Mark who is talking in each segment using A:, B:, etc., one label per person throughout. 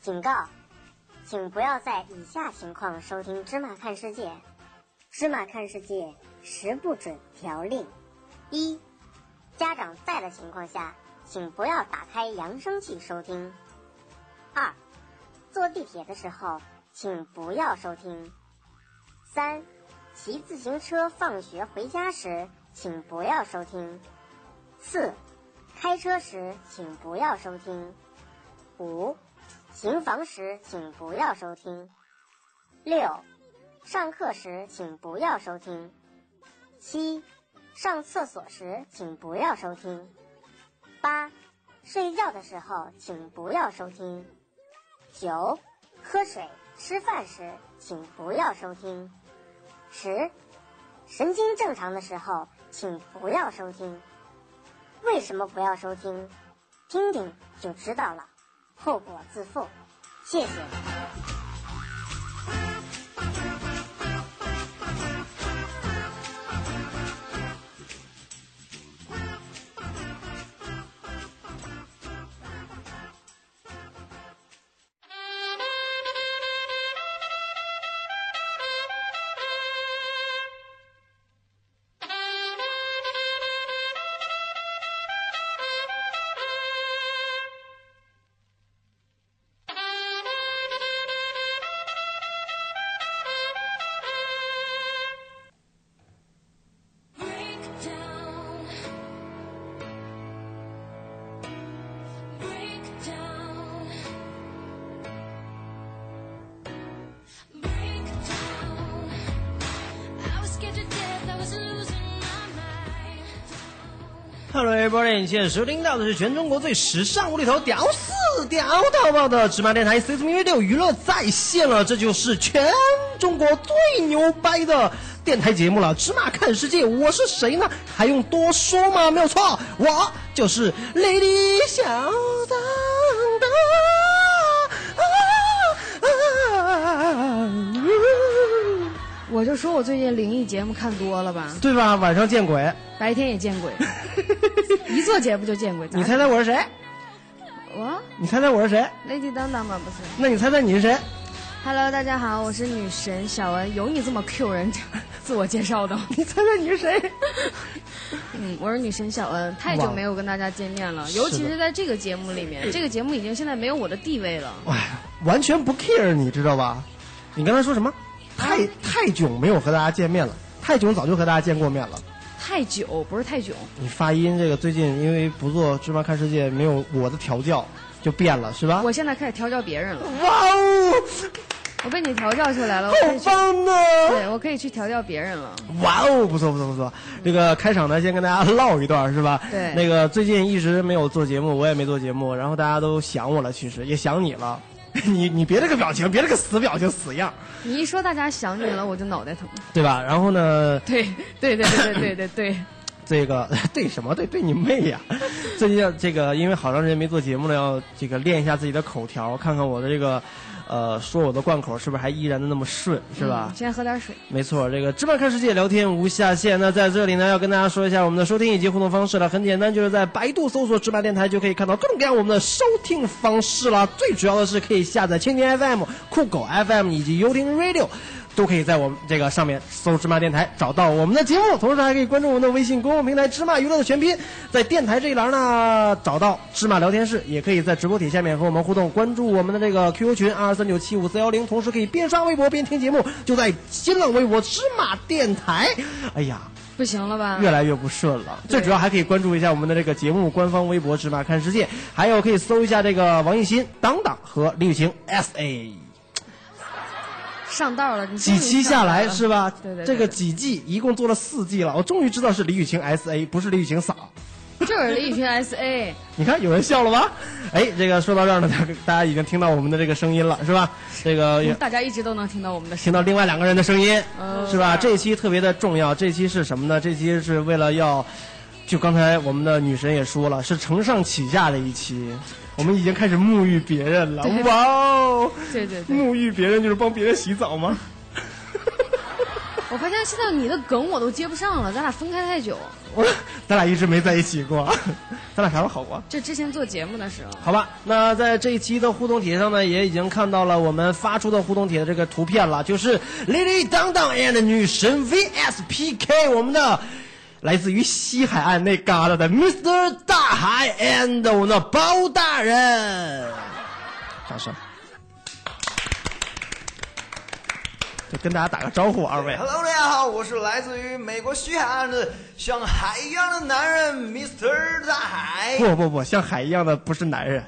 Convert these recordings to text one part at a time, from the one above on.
A: 警告，请不要在以下情况收听《芝麻看世界》。《芝麻看世界》十不准条令：一、家长在的情况下，请不要打开扬声器收听；二、坐地铁的时候，请不要收听；三、骑自行车放学回家时，请不要收听；四、开车时请不要收听；五。行房时请不要收听。六，上课时请不要收听。七，上厕所时请不要收听。八，睡觉的时候请不要收听。九，喝水、吃饭时请不要收听。十，神经正常的时候请不要收听。为什么不要收听？听听就知道了。后果自负，谢谢。
B: Hello everybody，你现在收听到的是全中国最时尚、无厘头、屌丝、屌到爆的芝麻电台 Six m i Radio 娱乐在线了，这就是全中国最牛掰的电台节目了。芝麻看世界，我是谁呢？还用多说吗？没有错，我就是 Lady 小当当。啊嗯
C: 我就说我最近灵异节目看多了吧，
B: 对吧？晚上见鬼！
C: 白天 也见鬼，一做节目就见鬼。咋
B: 你猜猜我是谁？
C: 我
B: 你猜猜我是谁？
C: Lady 当当吧，不是
B: 那你猜猜你是谁？
C: ？Hello，大家好，我是女神小文，有你这么 Q 人 自我介绍的吗？
B: 你猜猜你是谁？
C: 嗯，我是女神小恩，太久没有跟大家见面了，
B: 是的嗯
C: 尤其是在这个节目里面，这个节目已经现在没有我的地位了。
B: 哎，完全不 care，你知道吧？你刚才说什么？太太囧没有和大家见面了，太囧早就和大家见过面了。
C: 太久不是太久，
B: 你发音这个最近因为不做《芝麻看世界》，没有我的调教就变了，是吧？
C: 我现在开始调教别人了，
B: 哇啊哦，
C: 我被你调教出来了，我可以
B: 好
C: 去，
B: 棒呢！
C: 对我可以去调教别人了。
B: 哇哦，不错不错不错！这个开场呢，先跟大家唠一段是吧？
C: 对
B: 那个最近一直没有做节目，我也没做节目，然后大家都想我了，其实也想你了。 你你别这个表情，别这个死表情死样，
C: 你一说大家想你了，我就脑袋疼。
B: 对吧？然后呢，
C: 对对对对对对对对，
B: 这个 对什么对对你妹呀！最近要这个因为好长时间没做节目了，要这个练一下自己的口条，看看我的这个，呃，说我的贯口是不是还依然的那么顺，是吧？
C: 嗯先喝点水。
B: 没错，这个芝麻看世界聊天无下限。那在这里呢，要跟大家说一下我们的收听以及互动方式了。很简单，就是在百度搜索“芝麻电台”就可以看到各种各样我们的收听方式了。最主要的是可以下载蜻蜓 FM、酷狗 FM 以及优听 Radio。都可以在我们这个上面搜“芝麻电台”哎找到我们的节目，同时还可以关注我们的微信公众平台“芝麻娱乐”的全拼，在电台这一栏呢找到“芝麻聊天室”，也可以在直播帖下面和我们互动，关注我们的这个 QQ 群二三九七五四幺零，同时可以边刷微博边听节目，就在新浪微博“芝麻电台”。哎呀，
C: 不行了吧？
B: 越来越不顺了。最主要还可以关注一下我们的这个节目官方微博“芝麻看世界”，还有可以搜一下这个王艺新、当当和李雨晴 SA。
C: 上道了，你
B: 几
C: 终于
B: 期下
C: 上道
B: 来
C: 了
B: 是吧？
C: 对对对
B: 这个几季一共做了四季了，我终于知道是李雨晴 S A，不是李雨晴嫂。
C: 就是李宇春 S A，
B: 你看有人笑了吧？哎，这个说到这儿呢， 大大家已经听到我们的这个声音了，是吧？这个也
C: 大家一直都能听到我们的声
B: 听到另外两个人的声音，
C: 嗯
B: 是吧？这一期特别的重要，这期是什么呢？这期是为了要，就刚才我们的女神也说了，是承上启下的一期，我们已经开始沐浴别人了，
C: 对
B: 哇哦！
C: 音。对对对，
B: 沐浴别人就是帮别人洗澡吗？
C: 我发现现在你的梗我都接不上了，咱俩分开太久。
B: 我 咱俩一直没在一起过，咱俩啥时候好过？
C: 这之前做节目的时候，
B: 好吧，那在这一期的互动帖上呢，也已经看到了我们发出的互动帖的这个图片了，就是 Lily 当当 and 女神 vs PK 我们的。来自于西海岸那旮旯的 Mr 大海 and 我们的包大人，掌声！就跟大家打个招呼，二位。
D: Hello，大家好，我是来自于美国西海岸的像海一样的男人 Mr 大海。
B: 不不不，像海一样的不是男人，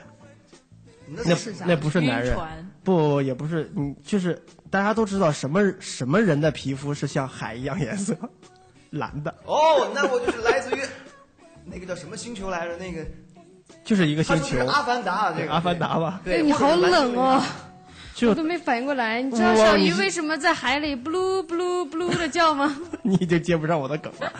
D: 那
B: 那
D: 是
C: 啥
B: 那不是男
E: 晕
B: 人
E: 船，
B: 不也不是，嗯，就是大家都知道什么什么人的皮肤是像海一样颜色，蓝的，
D: 哦，那我就是来自于那个叫什么星球来着？那个
B: 就是一个
D: 他
B: 星
D: 说
B: 球
D: 是，
E: 啊
D: 阿凡达，啊这
B: 对
D: 个
B: 阿凡。达吧，
D: 对，
C: 哎你
D: 我是
C: 好
D: 来自于
C: 冷哦，
B: 就
C: 我都没反应过来。你知道
B: 哇
C: 小
B: 嗯你
C: 鱼
B: 是
C: 为什么在海里 blue blue blue 的叫吗？
B: 你已经接不上我的梗了。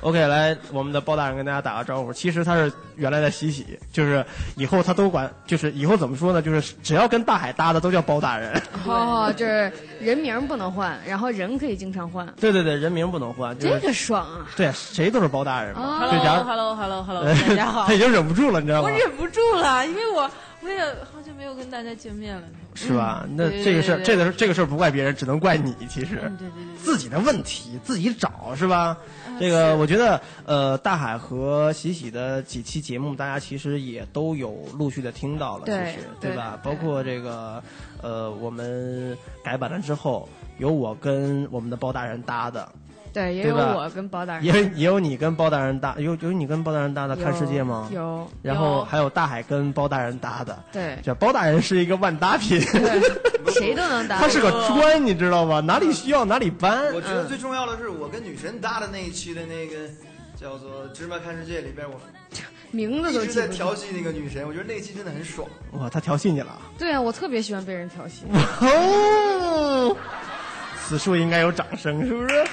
B: OK，来，我们的包大人跟大家打个招呼。其实他是原来的喜喜，就是以后他都管，就是以后怎么说呢？就是只要跟大海搭的都叫包大人。
C: 哦，就是人名不能换，然后人可以经常换，
B: 对对对，人名不能换，就
C: 这
B: 是
C: 个爽啊！
B: 对，谁都是包大人嘛。就假如
E: 哦 Hello，Hello，Hello，Hello，大家好
B: 他。已经忍不住了，你知道吗
E: 我？忍不住了，因为我我也好久没有跟大家见面了。
B: 是吧？那
E: 嗯对
B: 这个事儿，
E: 对
B: 这
E: 对
B: 个事儿这个事儿不怪别人，只能怪你。其实，
E: 嗯，对对对嗯
B: 自己的问题自己找是吧？这个我觉得，呃，大海和喜喜的几期节目，大家其实也都有陆续的听到了，其
C: 对
B: 实
C: 对
B: 吧？
C: 对
B: 包括这个，呃，我们改版了之后，有我跟我们的包大人搭的，
C: 对，也
B: 对
C: 有
B: 吧
C: 我跟宝
E: 嗯
C: 大 人
B: 也有也有你跟包大人搭，有有你跟包大人搭的看世界吗？
C: 有。。有
B: 然后还有大海跟包大人搭的，
C: 对
B: 这包大人是一个万搭品，
C: 对，谁都能打
B: 他。是个砖，你知道吗？哪里需要哪里搬。
D: 我觉得最重要的是，我跟女神搭的那一期的那个叫做《芝麻看世界》里边，我
C: 名字都
D: 一直
C: 记
D: 在
C: 不住。
D: 调戏那个女神，我觉得那一期真的很爽。
B: 哇，他调戏你了。
C: 对啊，我特别喜欢被人调戏。
B: 哦，此处应该有掌声，是不是？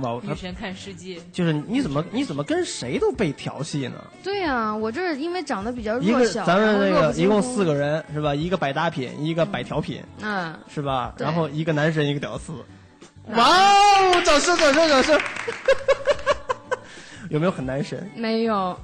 B: 哇，
E: 女
B: 他
E: 神看世界，
B: 就是你怎么你怎么跟谁都被调戏呢？
C: 对啊，我这因为长得比较
B: 一
C: 弱
B: 个
C: 小，
B: 咱们
C: 然
B: 那
C: 后弱
B: 个
C: 不禁
B: 一共
C: 风
B: 四个人是吧？一个百搭品，一个百调品
C: 嗯，
B: 是吧？
C: 对
B: 然后一个男神，一个屌丝。哇哦，掌声掌声掌声！ 有没有很男神
C: 没有，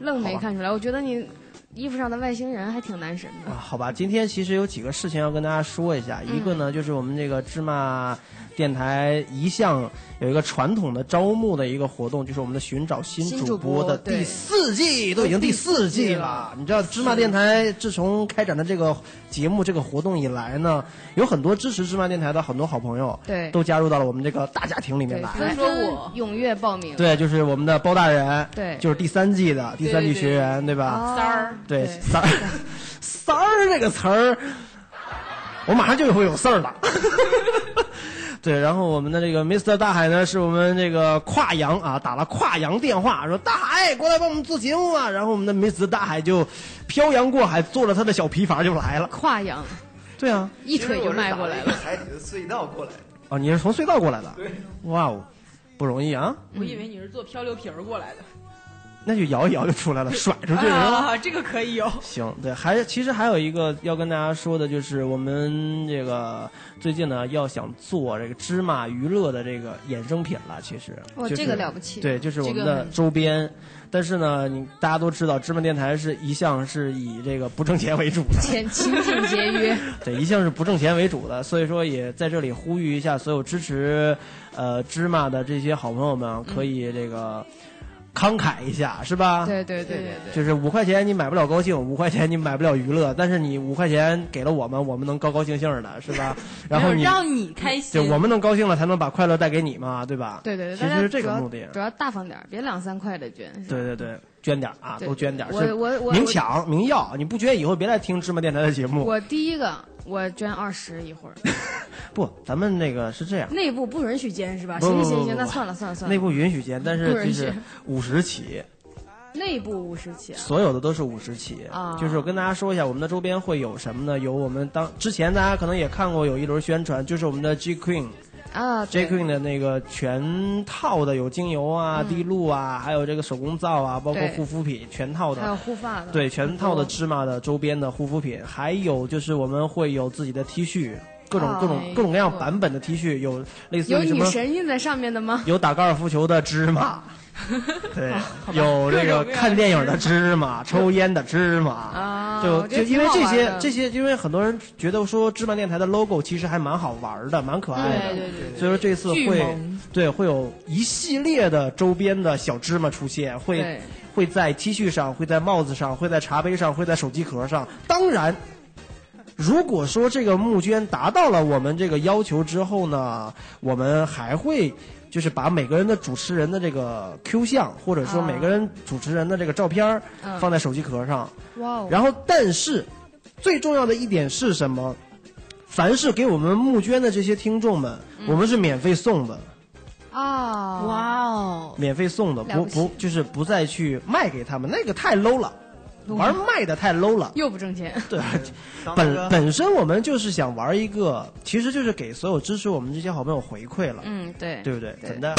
C: 愣没看出来。我觉得你衣服上的外星人还挺男神的。
B: 啊？好吧，今天其实有几个事情要跟大家说一下。一个
C: 嗯
B: 呢，就是我们这个芝麻电台一向有一个传统的招募的一个活动，就是我们的寻找新
C: 新
B: 主
C: 主
B: 播
C: 播
B: 的
C: 对
B: 第四季，都已经第四季了。你知道芝麻电台自从开展的这个节目这个活动以来呢，有很多支持芝麻电台的很多好朋友，
C: 对
B: 都加入到了我们这个大家庭里面
C: 对，
B: 来。
C: 纷
E: 说
C: 纷
E: 我
C: 踊跃报名。
B: 对，就是我们的包大人，
C: 对
B: 就是第三季的第三季
E: 对对对
B: 学员，对吧？
C: 哦
E: 三儿
B: 对，
C: 对
B: 三儿，三儿这个词儿，我马上就会有事儿了。 对，然后我们的这个 Mr 大海呢，是我们这个跨洋啊，打了跨洋电话，说大海过来帮我们做节目啊。然后我们的 Mr 大海就漂洋过海，坐着他的小皮筏就来了。
C: 跨洋
B: 对啊，
C: 一腿就迈过来了。
D: 海底的隧道过来的。
B: 哦，你是从隧道过来的，
D: 对，
B: 哇哦，不容易啊。
E: 我以为你是坐漂流瓶儿 过来的。
B: 那就摇一摇就出来了，甩出去是吧？
E: 啊， 这个可以有。
B: 行，对，还其实还有一个要跟大家说的，就是我们这个最近呢，要想做这个芝麻娱乐的这个衍生品了，其实
C: 哇
B: 就是
C: 哦这个了不起
B: 对，就是我们
E: 这个
B: 的
E: 很
B: 周边。但是呢，你大家都知道，芝麻电台是一向是以这个不挣钱为主的，
C: 勤勤俭节 约，
B: 对，一向是不挣钱为主的，所以说也在这里呼吁一下所有支持呃芝麻的这些好朋友们，啊可以这个慷慨一下，是吧？
C: 嗯对对对对对，
B: 就是五块钱你买不了高兴，五块钱你买不了娱乐，但是你五块钱给了我们，我们能高高兴兴的，是吧？然后
E: 没有
B: 你，
E: 让你开
B: 对，
E: 心，
B: 我们能高兴了，才能把快乐带给你嘛，对吧？
C: 对对对，
B: 其
C: 大
B: 实
C: 家
B: 是这
C: 主
B: 个
C: 要
B: 目的。
C: 主要大方点儿，别两三块的捐。
B: 对对对，捐点儿啊，
C: 对
B: 都捐点儿。
C: 我
B: 是
C: 我我
B: 明抢明要，你不捐以后别来听芝麻电台的节 目。
C: 我第一个我捐二十一会儿，
B: 不，咱们那个是这样，
C: 内部不允许捐是吧？
B: 不
C: 行
B: 不
C: 行
B: 不
C: 行，
B: 不
C: 那
B: 不
C: 算了算了算了。
B: 内部允许捐，但是
C: 嗯不允
B: 就
C: 许
B: 是五十起。
C: 内部五十起，
B: 所有的都是五十起
C: 啊
B: 就是我跟大家说一下，我们的周边会有什么呢？有我们当之前大家可能也看过有一轮宣传，就是我们的 G Queen，
C: 啊
B: J
C: 对
B: Queen 的那个全套的有精油啊、滴露啊，还有这个手工皂啊，包括
C: 嗯对
B: 护肤品全套
C: 还有嗯
B: 的。
C: 护发的，
B: 对，全套的
C: 很多
B: 芝麻的周边的护肤品，还有就是我们会有自己的 T 恤，各种
C: 哎
B: 各种各种各样
C: 呦
B: 版本的 T 恤，有类似
C: 有啊
B: 于什
C: 女
B: 么
C: 神印在上面的吗？
B: 有打高尔夫球的芝麻， 对，有这个
E: 各种各样的
B: 看电影的芝麻，抽烟的芝麻
C: 啊，
B: 就
C: 我
B: 就
C: 觉得
B: 因为这
C: 挺好玩
B: 些
C: 的
B: 这些，因为很多人觉得说芝麻电台的 logo 其实还蛮好玩的，蛮可爱的，
E: 对对对对
B: 所以说这次
E: 巨
B: 会
E: 萌
B: 对会有一系列的周边的小芝麻出现，会
C: 对
B: 会在 T 恤上，会在帽子上，会在茶杯上，会在手机壳上，当然。如果说这个募捐达到了我们这个要求之后呢，我们还会就是把每个人的主持人的这个 Q 像，或者说
C: 啊
B: 每个人主持人的这个照片儿
C: 嗯
B: 放在手机壳上。
C: 哇哦！
B: 然后，但是最重要的一点是什么？凡是给我们募捐的这些听众们，我们是免费送的，
C: 啊，
E: 哇哦，
B: 免费送的，
C: 了
B: 不
C: 不起
B: 不就是不再去卖给他们，那个太 low 了，
C: low
B: 玩卖的太 low 了。
C: 又不 挣钱，
B: 对，
D: 当那
B: 本
D: 个
B: 本身我们就是想玩一个，其实就是给所有支持我们这些好朋友回馈了，
E: 嗯，对，
B: 对不对？怎么的？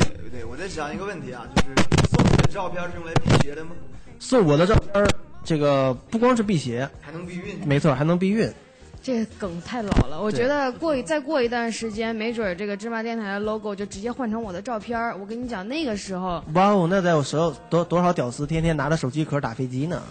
D: 对对，我在想一个问题啊，就是送你的照片是用来辟邪的吗？
B: 送我的照片儿，这个不光是辟邪，
D: 还能避孕？
B: 没错，还能避孕。
C: 这个梗太老了。我
B: 对
C: 觉得过一再过一段时间，没准儿这个芝麻电台的 logo 就直接换成我的照片儿。我跟你讲，那个时候
B: 哇哦，那得有时候多多少屌丝天天拿着手机壳打飞机呢？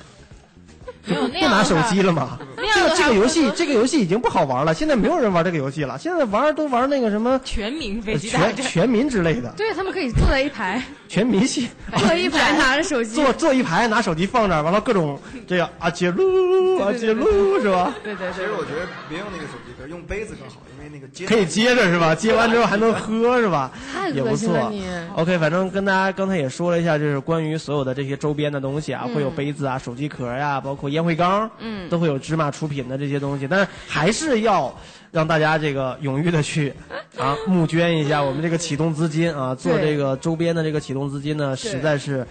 E: 没有那
B: 不
E: 样
B: 拿
E: 的
B: 手
E: 话
B: 机了吗？
E: 那
B: 这
E: 样的
B: 个
E: 话
B: 这个游戏
E: 可能
B: 这个游戏已经不好玩了，现在没有人玩这个游戏了，现在玩都玩那个什么
E: 全民飞
B: 呃
E: 机大
B: 全
E: 战，
B: 全民之类的，
C: 对他们可以坐在一 排，
B: 全民系。
C: 坐一排拿着手机，
B: 坐坐一排，拿手机放那儿，完了各种这样啊，杰噜啊，杰噜是吧？
C: 对对
D: 其
C: 对
D: 实，我觉得别用那个手机壳，用杯子更好，因为那个接
B: 可以接着是 吧？接完之后还能喝是吧？
C: 太
B: 也不
C: 恶心
B: 错
C: 了你。
B: OK，反正跟大家刚才也说了一下，就是关于所有的这些周边的东西啊，
C: 嗯
B: 会有杯子啊、手机壳呀、包括烟灰缸，嗯，都会有芝麻出品的这些东西，但是还是要。让大家这个踊跃的 去啊募捐一下我们这个启动资金啊，做
C: 对
B: 这个周边的这个启动资金呢，实在是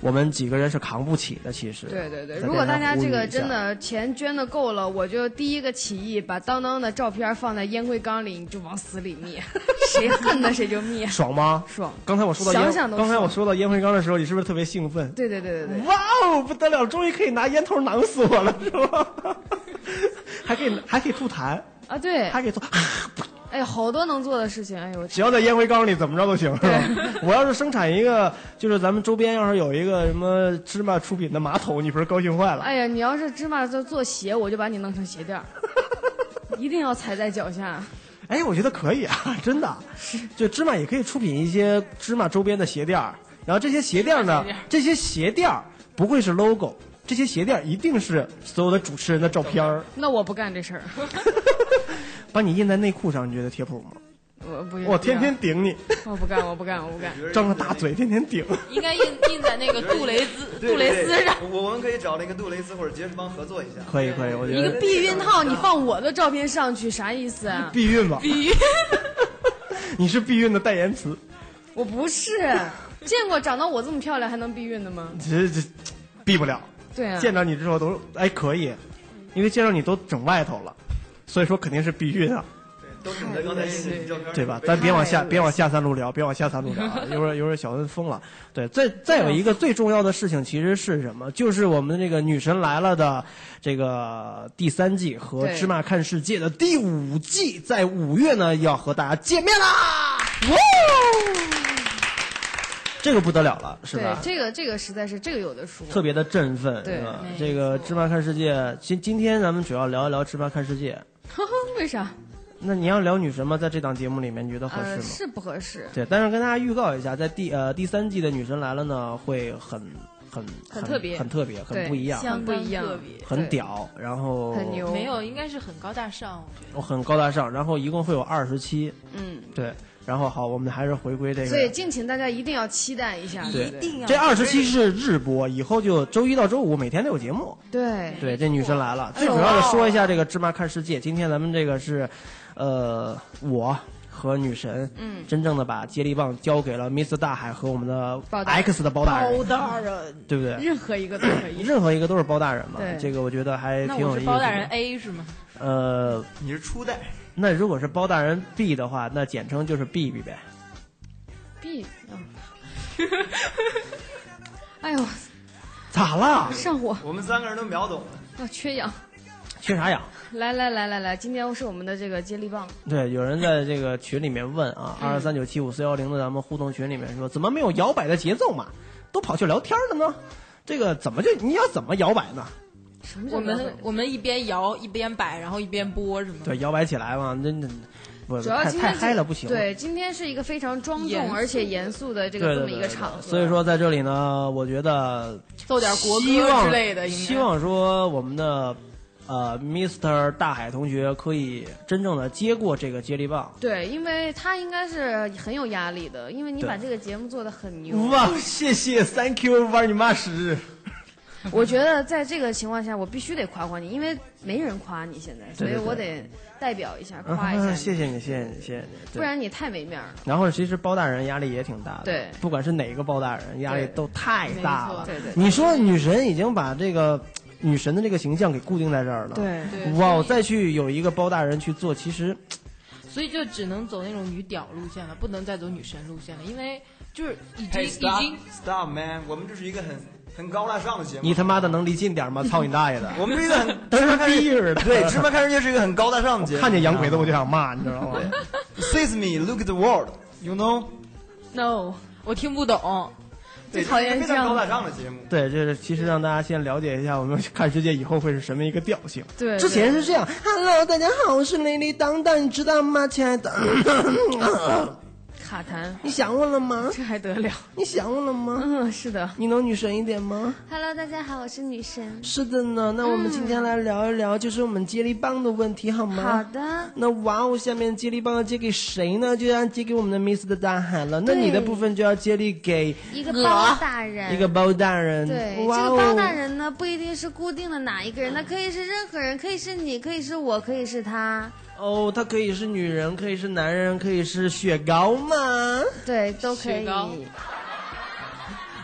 B: 我们几个人是扛不起的。其实，
C: 对对对，
B: 再
C: 如果
B: 跟
C: 大家
B: 呼吁
C: 这个
B: 一下
C: 真的钱捐的够了，我就第一个起义，把当当的照片放在烟灰缸里，你就往死里灭， 谁恨的谁就灭，
B: 爽吗？
C: 爽。
B: 刚才我说到烟，
C: 想想都
B: 刚才
C: 爽
B: 我说到烟灰缸的时候，你是不是特别兴奋？
C: 对对对对对，
B: 哇哦，不得了，终于可以拿烟头囊死我了，是 吧？还可以还可以吐痰，
C: 啊对，
B: 还可以吐，
C: 哎，好多能做的事情，哎呦，我
B: 只要在烟灰缸里怎么着都行，是吧？我要是生产一个，就是咱们周边要是有一个什么芝麻出品的马桶，你不是高兴坏了？
C: 哎呀，你要是芝麻做做鞋，我就把你弄成鞋垫儿， 一定要踩在脚下。
B: 哎，我觉得可以啊， 真的。就芝麻也可以出品一些芝麻周边的鞋垫儿，然后这些鞋垫儿呢，这些鞋垫儿不会是 logo，这些鞋垫儿一定是所有的主持人的照片儿，
C: 那我不干这事儿，
B: 把你印在内裤上，你觉得贴谱吗？
C: 我不，
B: 我天天
C: 不
B: 顶你，
C: 干，我不干，我不干，我不干。
B: 张个大嘴，天天顶。
E: 应该印印在那个杜蕾斯
D: 对
E: 杜蕾斯上。。
D: 对对我我们可以找那个杜蕾斯或者杰士邦合作一下。
B: 可以可以，我觉
C: 一个
B: 得
C: 避孕套，你放我的照片上去，啥意思啊？
B: 避孕吧，避孕， 你是避孕的代言词，
C: 我不是，见过长到我这么漂亮还能避孕的吗？
B: 这这避不了。
C: 对啊，
B: 见着你之后都哎可以，因为见着你都整外头了，所以说肯定是避孕啊。
D: 对都是你的刚才印的照片，
B: 对吧？咱别往下
C: 太恶心
B: 别往下三路聊，别往下三路聊 啊！一会儿一会儿小恩疯了。对，再再有一个最重要的事情其实是什么？就是我们这个《女神来了》的这个第三季和《
C: 对
B: 芝麻看世界》的第五季，在五月呢要和大家见面啦！哇哦，这个不得了了，是
C: 对
B: 吧？
C: 这个这个实在是这个有的说。
B: 特别的振奋，
C: 对
B: 是吧
C: 没
B: 这个《芝麻看世界》，今今天咱们主要聊一聊《芝麻看世界》。
C: 为啥？
B: 那你要聊女神吗？在这档节目里面，你觉得合适
C: 呃，
B: 吗？
C: 是不合适。
B: 对，但是跟大家预告一下，在第呃第三季的《女神来了》呢，会很很
C: 很特别
B: 很特别，很
C: 对
B: 不一样，
C: 相当
E: 不一样
C: 特别
B: 很
C: 对
B: 屌，然后
C: 很牛
E: 没有，应该是很高大上，我觉得。
B: 我很高大上，然后一共会有二十期，
C: 嗯，
B: 对，然后好，我们还是回归这
C: 所以
B: 个。
C: 敬请大家一定要期待一下，对
B: 对
C: 不对？
E: 定要
B: 这二十期是日播，以后就周一到周五每天都有节目。
C: 对
B: 对，这女神来了，
E: 哎
B: 最主要
E: 哦
B: 的说一下这个《芝麻看世界》。今天咱们这个是，呃，我和女神，嗯，真正的把接力棒交给了 Mr 大海和我们的
C: 包大人
B: X 的包大人，
E: 大人，
B: 对不对？
C: 任何一个都可 以。
B: 任何一个都是包大人嘛
C: 对，
B: 这个我觉得还
E: 那
B: 挺有
E: 我
B: 意
E: 是
B: 思。
E: 包大人 A 是吗？
B: 呃，
D: 你是初代，
B: 那如果是包大人 B 的话，那简称就是 B B 呗。
C: B，嗯，哎呦，
B: 咋啦？
C: 上火，
D: 我们三个人都秒懂了。
C: 啊，缺氧，
B: 缺啥氧？
C: 来来来来来，今天是我们的这个接力棒，
B: 对，有人在这个群里面问
C: 嗯
B: 啊，二三九七五四幺零的咱们互动群里面说，怎么没有摇摆的节奏嘛？都跑去聊天了呢？这个怎么就你要怎么摇摆呢？
C: 什么叫
E: 我
C: 摇摆
E: 们我们一边摇一边摆，然后一边播是吗？
B: 对，摇摆起来嘛，那那不
C: 主要
B: 太
C: 今
B: 太
C: 天是
B: 嗨了不行。
C: 对，今天是一个非常庄
E: 严肃
C: 重而且严肃的这
B: 对
C: 个这
B: 对
C: 么一
B: 对
C: 个
B: 对
C: 场合，
B: 所以说在这里呢，我觉得
E: 奏点国
B: 希望
E: 歌之类的，应该
B: 希望说我们的呃，Mr. 大海同学可以真正的接过这个接力棒。
C: 对，因为他应该是很有压力的，因为你
B: 对
C: 把这个节目做得很牛。
B: 哇，谢谢，Thank you，玩你妈屎！
C: 我觉得在这个情况下，我必须得夸夸你，因为没人夸你现在，所以
B: 对对
C: 我得代表一下，夸一下
B: 啊，
C: 你，
B: 谢谢你，谢谢你，谢谢你。对
C: 不然你太没面儿了。
B: 然后其实包大人压力也挺大的，
C: 对
B: 不管是哪个包大人，压力都太大了。
C: 对对
B: 你说女神已经把这个女神的这个形象给固定在这儿了，，
C: 对，
E: 对，
B: 哇，
E: 所以
B: 再去有一个包大人去做，其实
E: 所以就只能走那种女屌路线了，不能再走女神路线了，因为就是已经、
D: Hey
E: 已
D: stop
E: 经
D: stop man，我们这是一个很很高大上的节目。
B: 你他妈的能离近点吗？操你大 爷的！
D: 我们这个很
B: 都是逼着的
D: 对，芝麻看世界是一个很高大上的节目。
B: 看见洋鬼子我就想骂，你知道吗？
D: ，Seize me, look at the world, you know。
E: no，我听不懂，
D: 对，
E: 最讨厌
D: 这是一个非常
E: 这样
D: 高
E: 的
D: 大上的节目。
B: 对，这是其实让大家先了解一下我们看世界以后会是什么一个调性。
C: 对对
B: 之前是这样，Hello，大家好，我是雷雷当当，你知道吗，亲爱的？
C: 卡痰，
B: 你想我了吗？
C: 这还得了？
B: 你想我了吗？
C: 嗯，是的。
B: 你能女神一点吗？
C: Hello，大家好，我是女神。
B: 是的呢，那我们今天来聊一聊，就是我们接力棒的问题，好吗？
C: 好。的，
B: 那哇哦，下面接力棒要接给谁呢？就要接给我们的 Miss 的大海了。那你的部分就要接力给
C: 一个包大人，
B: 一个包大人。
C: 对，
B: 哇
C: 这
B: 哦
C: 个包大人呢，不一定是固定的哪一个人，他可以是任何人，可以是你，可以是我，可以是他，
B: 哦，他可以是女人，可以是男人，可以是雪糕吗？
C: 对，都可
E: 雪
C: 以。
E: 糕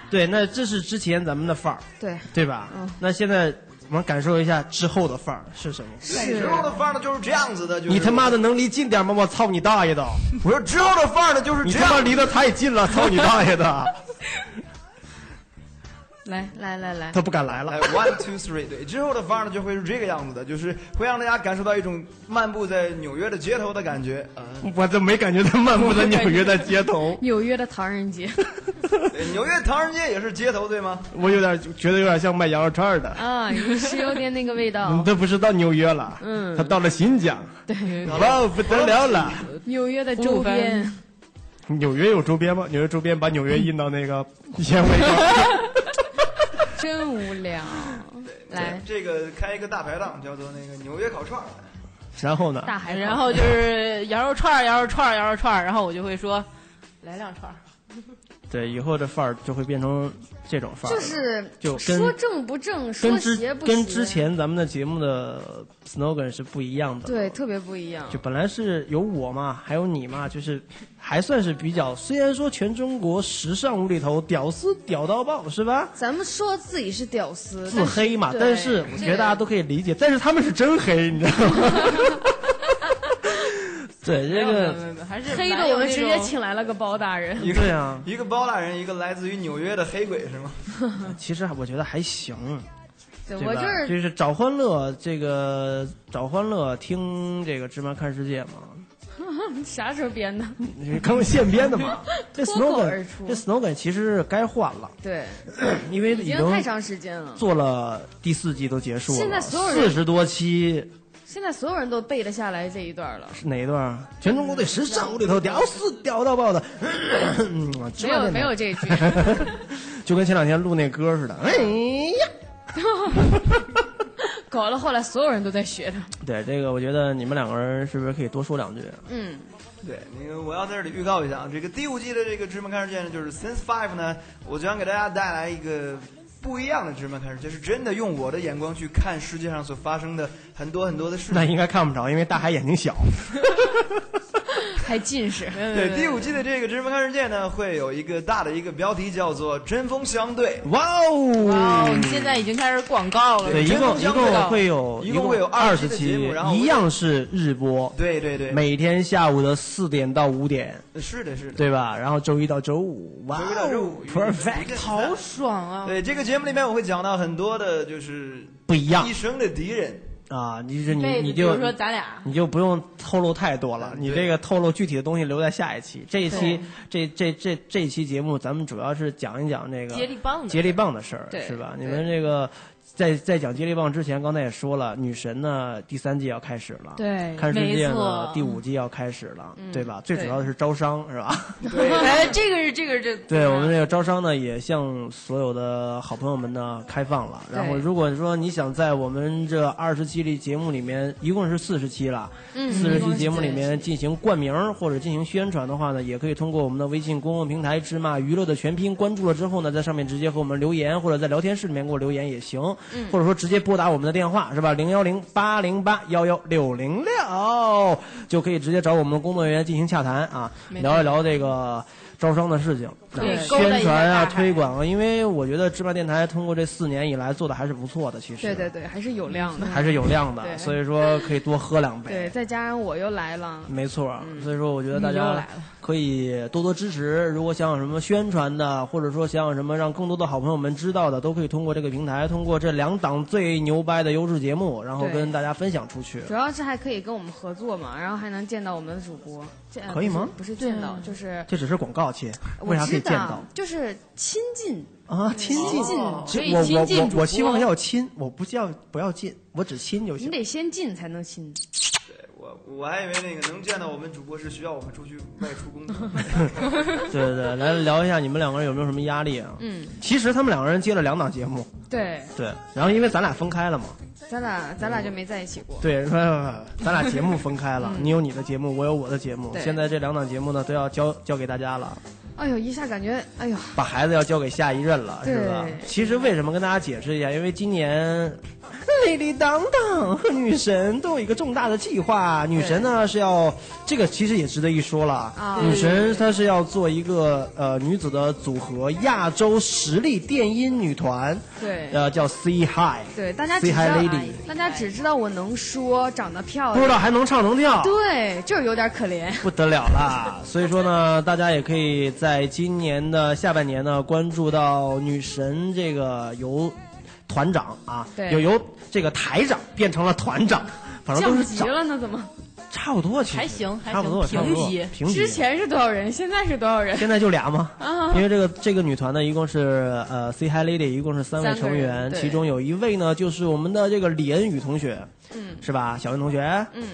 B: 对，那这是之前咱们的范儿，
C: 对，
B: 对吧？
C: 嗯
B: 那现在我们感受一下之后的范儿是什么？
D: 对之后的范儿呢就是这样子的，就是
B: 你他妈的能离近点吗？我操你大爷的！
D: 我说之后的范儿呢就是
B: 你
D: 这
B: 他妈
D: 样。
B: 离得太近了，操你大爷的！
C: 来来来来，
B: 他不敢来了
D: 来。，one 哎 two three，对，之后的范儿呢就会是这个样子的，就是会让大家感受到一种漫步在纽约的街头的感觉。呃，
B: 我都没感觉他漫步在纽约的街 头，
C: 纽约的唐 人街
D: 对纽约唐人街也是街头，对吗？
B: 我有点觉得有点像卖羊肉串儿的。
C: 啊，你是有点那个味
B: 你
C: 道。
B: 这不是到纽约了，
C: 嗯
B: 他到了新疆，
C: 对，
B: 哇哦，不得了了！
C: 纽约的周边，
B: 纽约有周边吗？纽约周边把纽约印到那 个烟灰缸。
C: 真无聊。来，
D: 这个开一个大排档，叫做那个纽约烤串儿。
B: 然后呢？
C: 大海，
E: 然后就是羊肉串儿，羊肉串儿，羊肉串儿，然后我就会说来两串儿，
B: 对，以后这范儿就会变成这种范儿
C: 就
B: 了，
C: 是
B: 就跟
C: 说正不正，说
B: 跟之
C: 邪不邪，
B: 跟之前咱们的节目的 slogan 是不一样的。
C: 对特别不一样
B: 就。本来是有我嘛，还有你嘛，就是还算是比较，虽然说全中国时尚无厘头，屌丝屌到爆，是吧？
C: 咱们说自己是屌丝，
B: 自黑嘛，
C: 对
B: 但是我觉得大家都可以理解，但是他们是真黑，你知道 吗？ 对这
E: 没有没有
B: 个，
E: 没有，还是
C: 黑的
E: 蛮有
C: 我们
E: 那
C: 直接
E: 种
C: 请来了个包大人。
D: 一
B: 对
D: 个
B: 啊，
D: 一个包大人，一个来自于纽约的黑鬼是吗？
B: 其实我觉得还行，
C: 对，
B: 对
C: 我
B: 吧？
C: 就是
B: 就是找欢乐，这个找欢乐，听这个芝麻看世界嘛，
C: 啥时候编的？
B: 你刚现编的 嘛。这
C: 脱口而
B: slogan
C: 出
B: 这 slogan 其实该换了，
C: 对，
B: 因为
C: 已
B: 已
C: 经
B: 经
C: 太长时间了。
B: 做了第四季都结束了，
C: 现在所有人
B: 四十多期
C: 现在所有人都背得下来这一段了，
B: 是哪一段啊？全中国对时尚无厘头屌丝屌到爆 的，嗯
C: 没有没有，这句。
B: 芝麻电台就跟前两天录那歌似的。哎呀，
C: 搞了后来所有人都在学他。
B: 对这个，我觉得你们两个人是不是可以多说两句？
C: 嗯，
D: 对，那个我要在这里预告一下啊，这个第五季的这个芝麻看世界呢，就是 Since Five 呢，我将给大家带来一个不一样的芝麻看世界，是真的用我的眼光去看世界上所发生的很多很多的事
B: 那
D: 情。
B: 应该看不着，因为大海眼睛小。
C: 还近视。
D: 对，第五季的这个芝麻看世界呢，会有一个大的一个标题叫做“针锋相对
B: 哇
E: 哇，
B: 哦！
E: 你现在已经开始广告了，
B: 对，一
D: 针
B: 共
D: 锋
B: 一
D: 相对
B: 共
D: 的
B: 会有
D: 一共会有
B: 二
D: 20
B: 十
D: 期的节目然后我
B: 一样是日播”。，
D: 对对对，
B: 每天下午的四点到五点，
D: 是的，是的。
B: 对吧？然后周一到周五，哇
D: 周
B: 哦
D: 一到周五一个
B: ，perfect，
E: 好爽啊！
D: 对这个节目里面，我会讲到很多的，就是
B: 不一样
D: 一生的敌人。
B: 啊，你就你
E: 被
B: 你
E: 比
B: 就
E: 如说咱俩
B: 你就不用透露太多了，你
D: 对
B: 这个透露具体的东西留在下一期。这一期
E: 对
B: 这这这这一期节目，咱们主要是讲一讲这个
E: 接力棒的
B: 接力棒的事儿，
E: 对
B: 是吧？
E: 对
B: 你们这个在在讲接力棒之前，刚才也说了，女神呢第三季要开始了，
C: 对
B: 看世界
E: 没
B: 呢
E: 错
B: 第五季要开始了，对吧？最主
E: 嗯对
B: 要的是招商，是 吧？
E: 哎，这个是这个是这个，
B: 对我们这个招商呢，也向所有的好朋友们呢开放了。然后，
E: 对
B: 如果说你想在我们这二十期里节目里面，一共是四十期了，
E: 嗯
B: 嗯四十期节目里面进行冠名儿或者进行宣传的话呢，也可以通过我们的微信公共平台“芝麻娱乐”的全拼关注了之后呢，在上面直接和我们留言，或者在聊天室里面给我留言也行，
E: 嗯
B: 或者说直接拨打我们的电话是吧？零幺零八零八幺幺六零六就可以直接找我们的工作人员进行洽谈啊，
E: 没错
B: 聊一聊这个招商的事情。
E: 对
B: 啊
E: 勾勒一下
B: 宣传啊、
E: 大海
B: 推广啊，因为我觉得芝麻电台通过这四年以来做的还是不错的，其实
C: 对对对，还是有量的。
B: 还是有量的，
C: 对
B: 所以说可以多喝两
C: 对，
B: 杯。
C: 再加上我又来了，
B: 没错，所以说我觉得大
C: 你又
B: 家
C: 来了
B: 可以多多支持。如果想有什么宣传的，或者说想有什么让更多的好朋友们知道的，都可以通过这个平台，通过这两档最牛掰的优质节目，然后
C: 对
B: 跟大家分享出去。
C: 主要是还可以跟我们合作嘛，然后还能见到我们的主播，见呃
B: 可以吗
C: 不是不是见到，就是
B: 这只是广告期，啊
C: 我
B: 为啥可以
C: 知
B: 见到
C: 道，就是亲近，
B: 啊？亲近，
E: 可以
B: 我
E: 亲近
B: 我
E: 主
B: 我
E: 播
B: 我希望要亲，我不叫不要近，我只亲就
C: 你
B: 行。
C: 得先近才能亲。
D: 我我还以为那个能见到我们主播是需要我们出去外出工作。
B: 对对对，来聊一下你们两个人有没有什么压力啊？
E: 嗯，
B: 其实他们两个人接了两档节目，
C: 对，
B: 对，然后因为咱俩分开了嘛，
C: 咱俩咱俩就没在一起过。
B: 对，不不不，咱俩节目分开了，你有你的节目，我有我的节目，
C: 嗯对
B: 现在这两档节目呢都要交交给大家了，
C: 哎呦，一下感觉，哎呦，
B: 把孩子要交给下一任了，是
C: 对
B: 吧？其实为什么跟大家解释一下，因为今 年。丽丽当当和 女神都有一个重大的计划，女神呢是要这个其实也值得一说了。
C: 啊
B: 女神她是要做一个呃女子的组合，亚洲实力电音女团，
C: 对
B: 呃叫 C High，
C: 对，大家只哎
B: C
C: 知
B: High
C: 道
B: Lady，
C: 大家只知道我能说，长得漂
B: 不知
C: 亮，
B: 道还能唱能跳，
C: 对，就是有点可怜。
B: 不得了啦！所以说呢，大家也可以在今年的下半年呢，关注到女神这个由团长啊，
C: 对
B: 由由这个台长变成了团长，反正都
C: 降
B: 是
C: 级
B: 长
C: 了呢？怎么？
B: 差不多，其实
E: 还行还行
B: 差不多，
E: 平
B: 差不多
E: 级
B: 平级。
C: 之前是多少人，现在是多少人？
B: 现在就俩嘛，因为这个这个女团呢，一共是呃 C Hi Lady，一共是三位
C: 三个
B: 成
C: 人
B: 员，
C: 对
B: 其中有一位呢就是我们的这个李恩宇同学，嗯，是吧？小恩同学，嗯，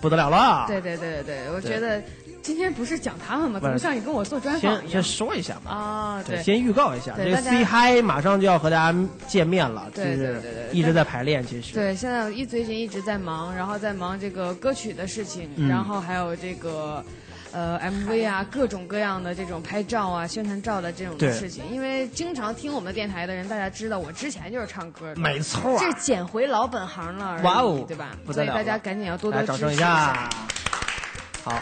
B: 不得了了，
C: 对对对对对，我觉得今天不是讲他们吗？
B: 不
C: 怎
B: 是
C: 么像你跟我做专访
B: 先
C: 一
B: 先
C: 样？
B: 说一下吧，
C: 啊，
B: 对，
C: 对，
B: 先预告一下，
C: 对
B: 这个
C: 大
B: C
C: 家
B: Hi 马上就要和大家见面了，就
C: 对对
B: 是
C: 对对对
B: 一直在排练，其实
C: 对，现在一最近一直在忙，然后在忙这个歌曲的事情，
B: 嗯
C: 然后还有这个。呃，MV 啊，各种各样的这种拍照啊、宣传照的这种
B: 对
C: 事情，因为经常听我们电台的人，大家知道我之前就是唱歌的，
B: 没错儿，
C: 这捡回老本行了而已，
B: 哇哦
C: 对吧？
B: 不得
C: 所以
B: 了
C: 大家
B: 了
C: 赶紧要多
B: 来
C: 多支
B: 掌
C: 持
B: 声一下。好，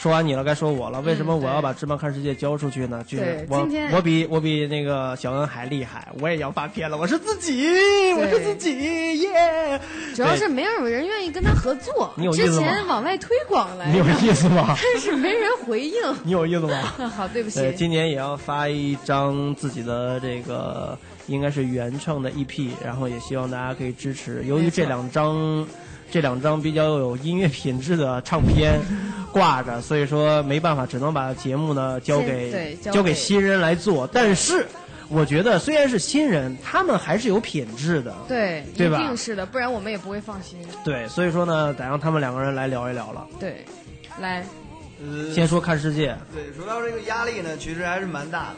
B: 说完你了，该说我了。为什么我要把《芝麻看世界》交出去呢？就是
C: 嗯对
B: 我
C: 今天
B: 我比我比那个小恩还厉害，我也要发片了，我是自己，我是自己耶。
C: 主要
B: 对
C: 是没有人愿意跟他合作
B: 你有，意
C: 之
B: 思吗
C: 前往外推广来
B: 你有
C: 着，
B: 意思吗？
C: 但是没人回应。
B: 你有意思吗？
C: 好，对不起，
B: 对，今年也要发一张自己的这个应该是原创的 EP，然后也希望大家可以支持。由于这两张这两张比较有音乐品质的唱片挂着，所以说没办法，只能把节目呢交
C: 先
B: 给
C: 对交
B: 交给
C: 给
B: 新人来做。但是我觉得虽然是新人，他们还是有品质的。
C: 对，
B: 对吧
C: 一定是的，不然我们也不会放心。
B: 对，所以说呢，得让他们两个人来聊一聊了。
C: 对，来，
D: 呃
B: 先说看世界，
D: 对，说到这个压力呢，其实还是蛮大的。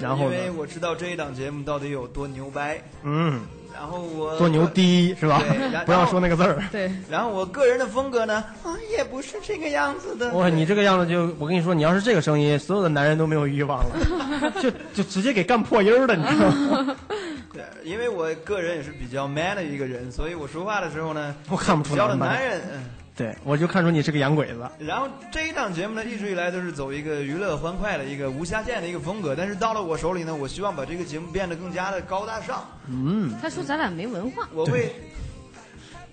B: 然后
D: 因
B: 呢，
D: 为我知道这一档节目到底有多牛掰，
B: 嗯，
D: 然后我
B: 做牛。逼是吧
D: 对然 后？
B: 不要说那个字儿。
C: 对，
D: 然后我个人的风格呢，啊，也不是这个样子的。
B: 哇，你这个样子就，我跟你说，你要是这个声音，所有的男人都没有欲望 了，就就直接给干破音儿了，你知道吗？
D: 对，因为我个人也是比较 man 的一个人，所以我说话的时候呢，
B: 我看不
D: 比
B: 出
D: 较
B: 来
D: 的
B: 吧
D: 男人。嗯
B: 对，我就看出你是个洋鬼子。
D: 然后这一档节目呢，一直以来都是走一个娱乐欢快的一个无下限的一个风格，但是到了我手里呢，我希望把这个节目变得更加的高大上。
B: 嗯，
C: 他说咱俩没文化，
D: 我会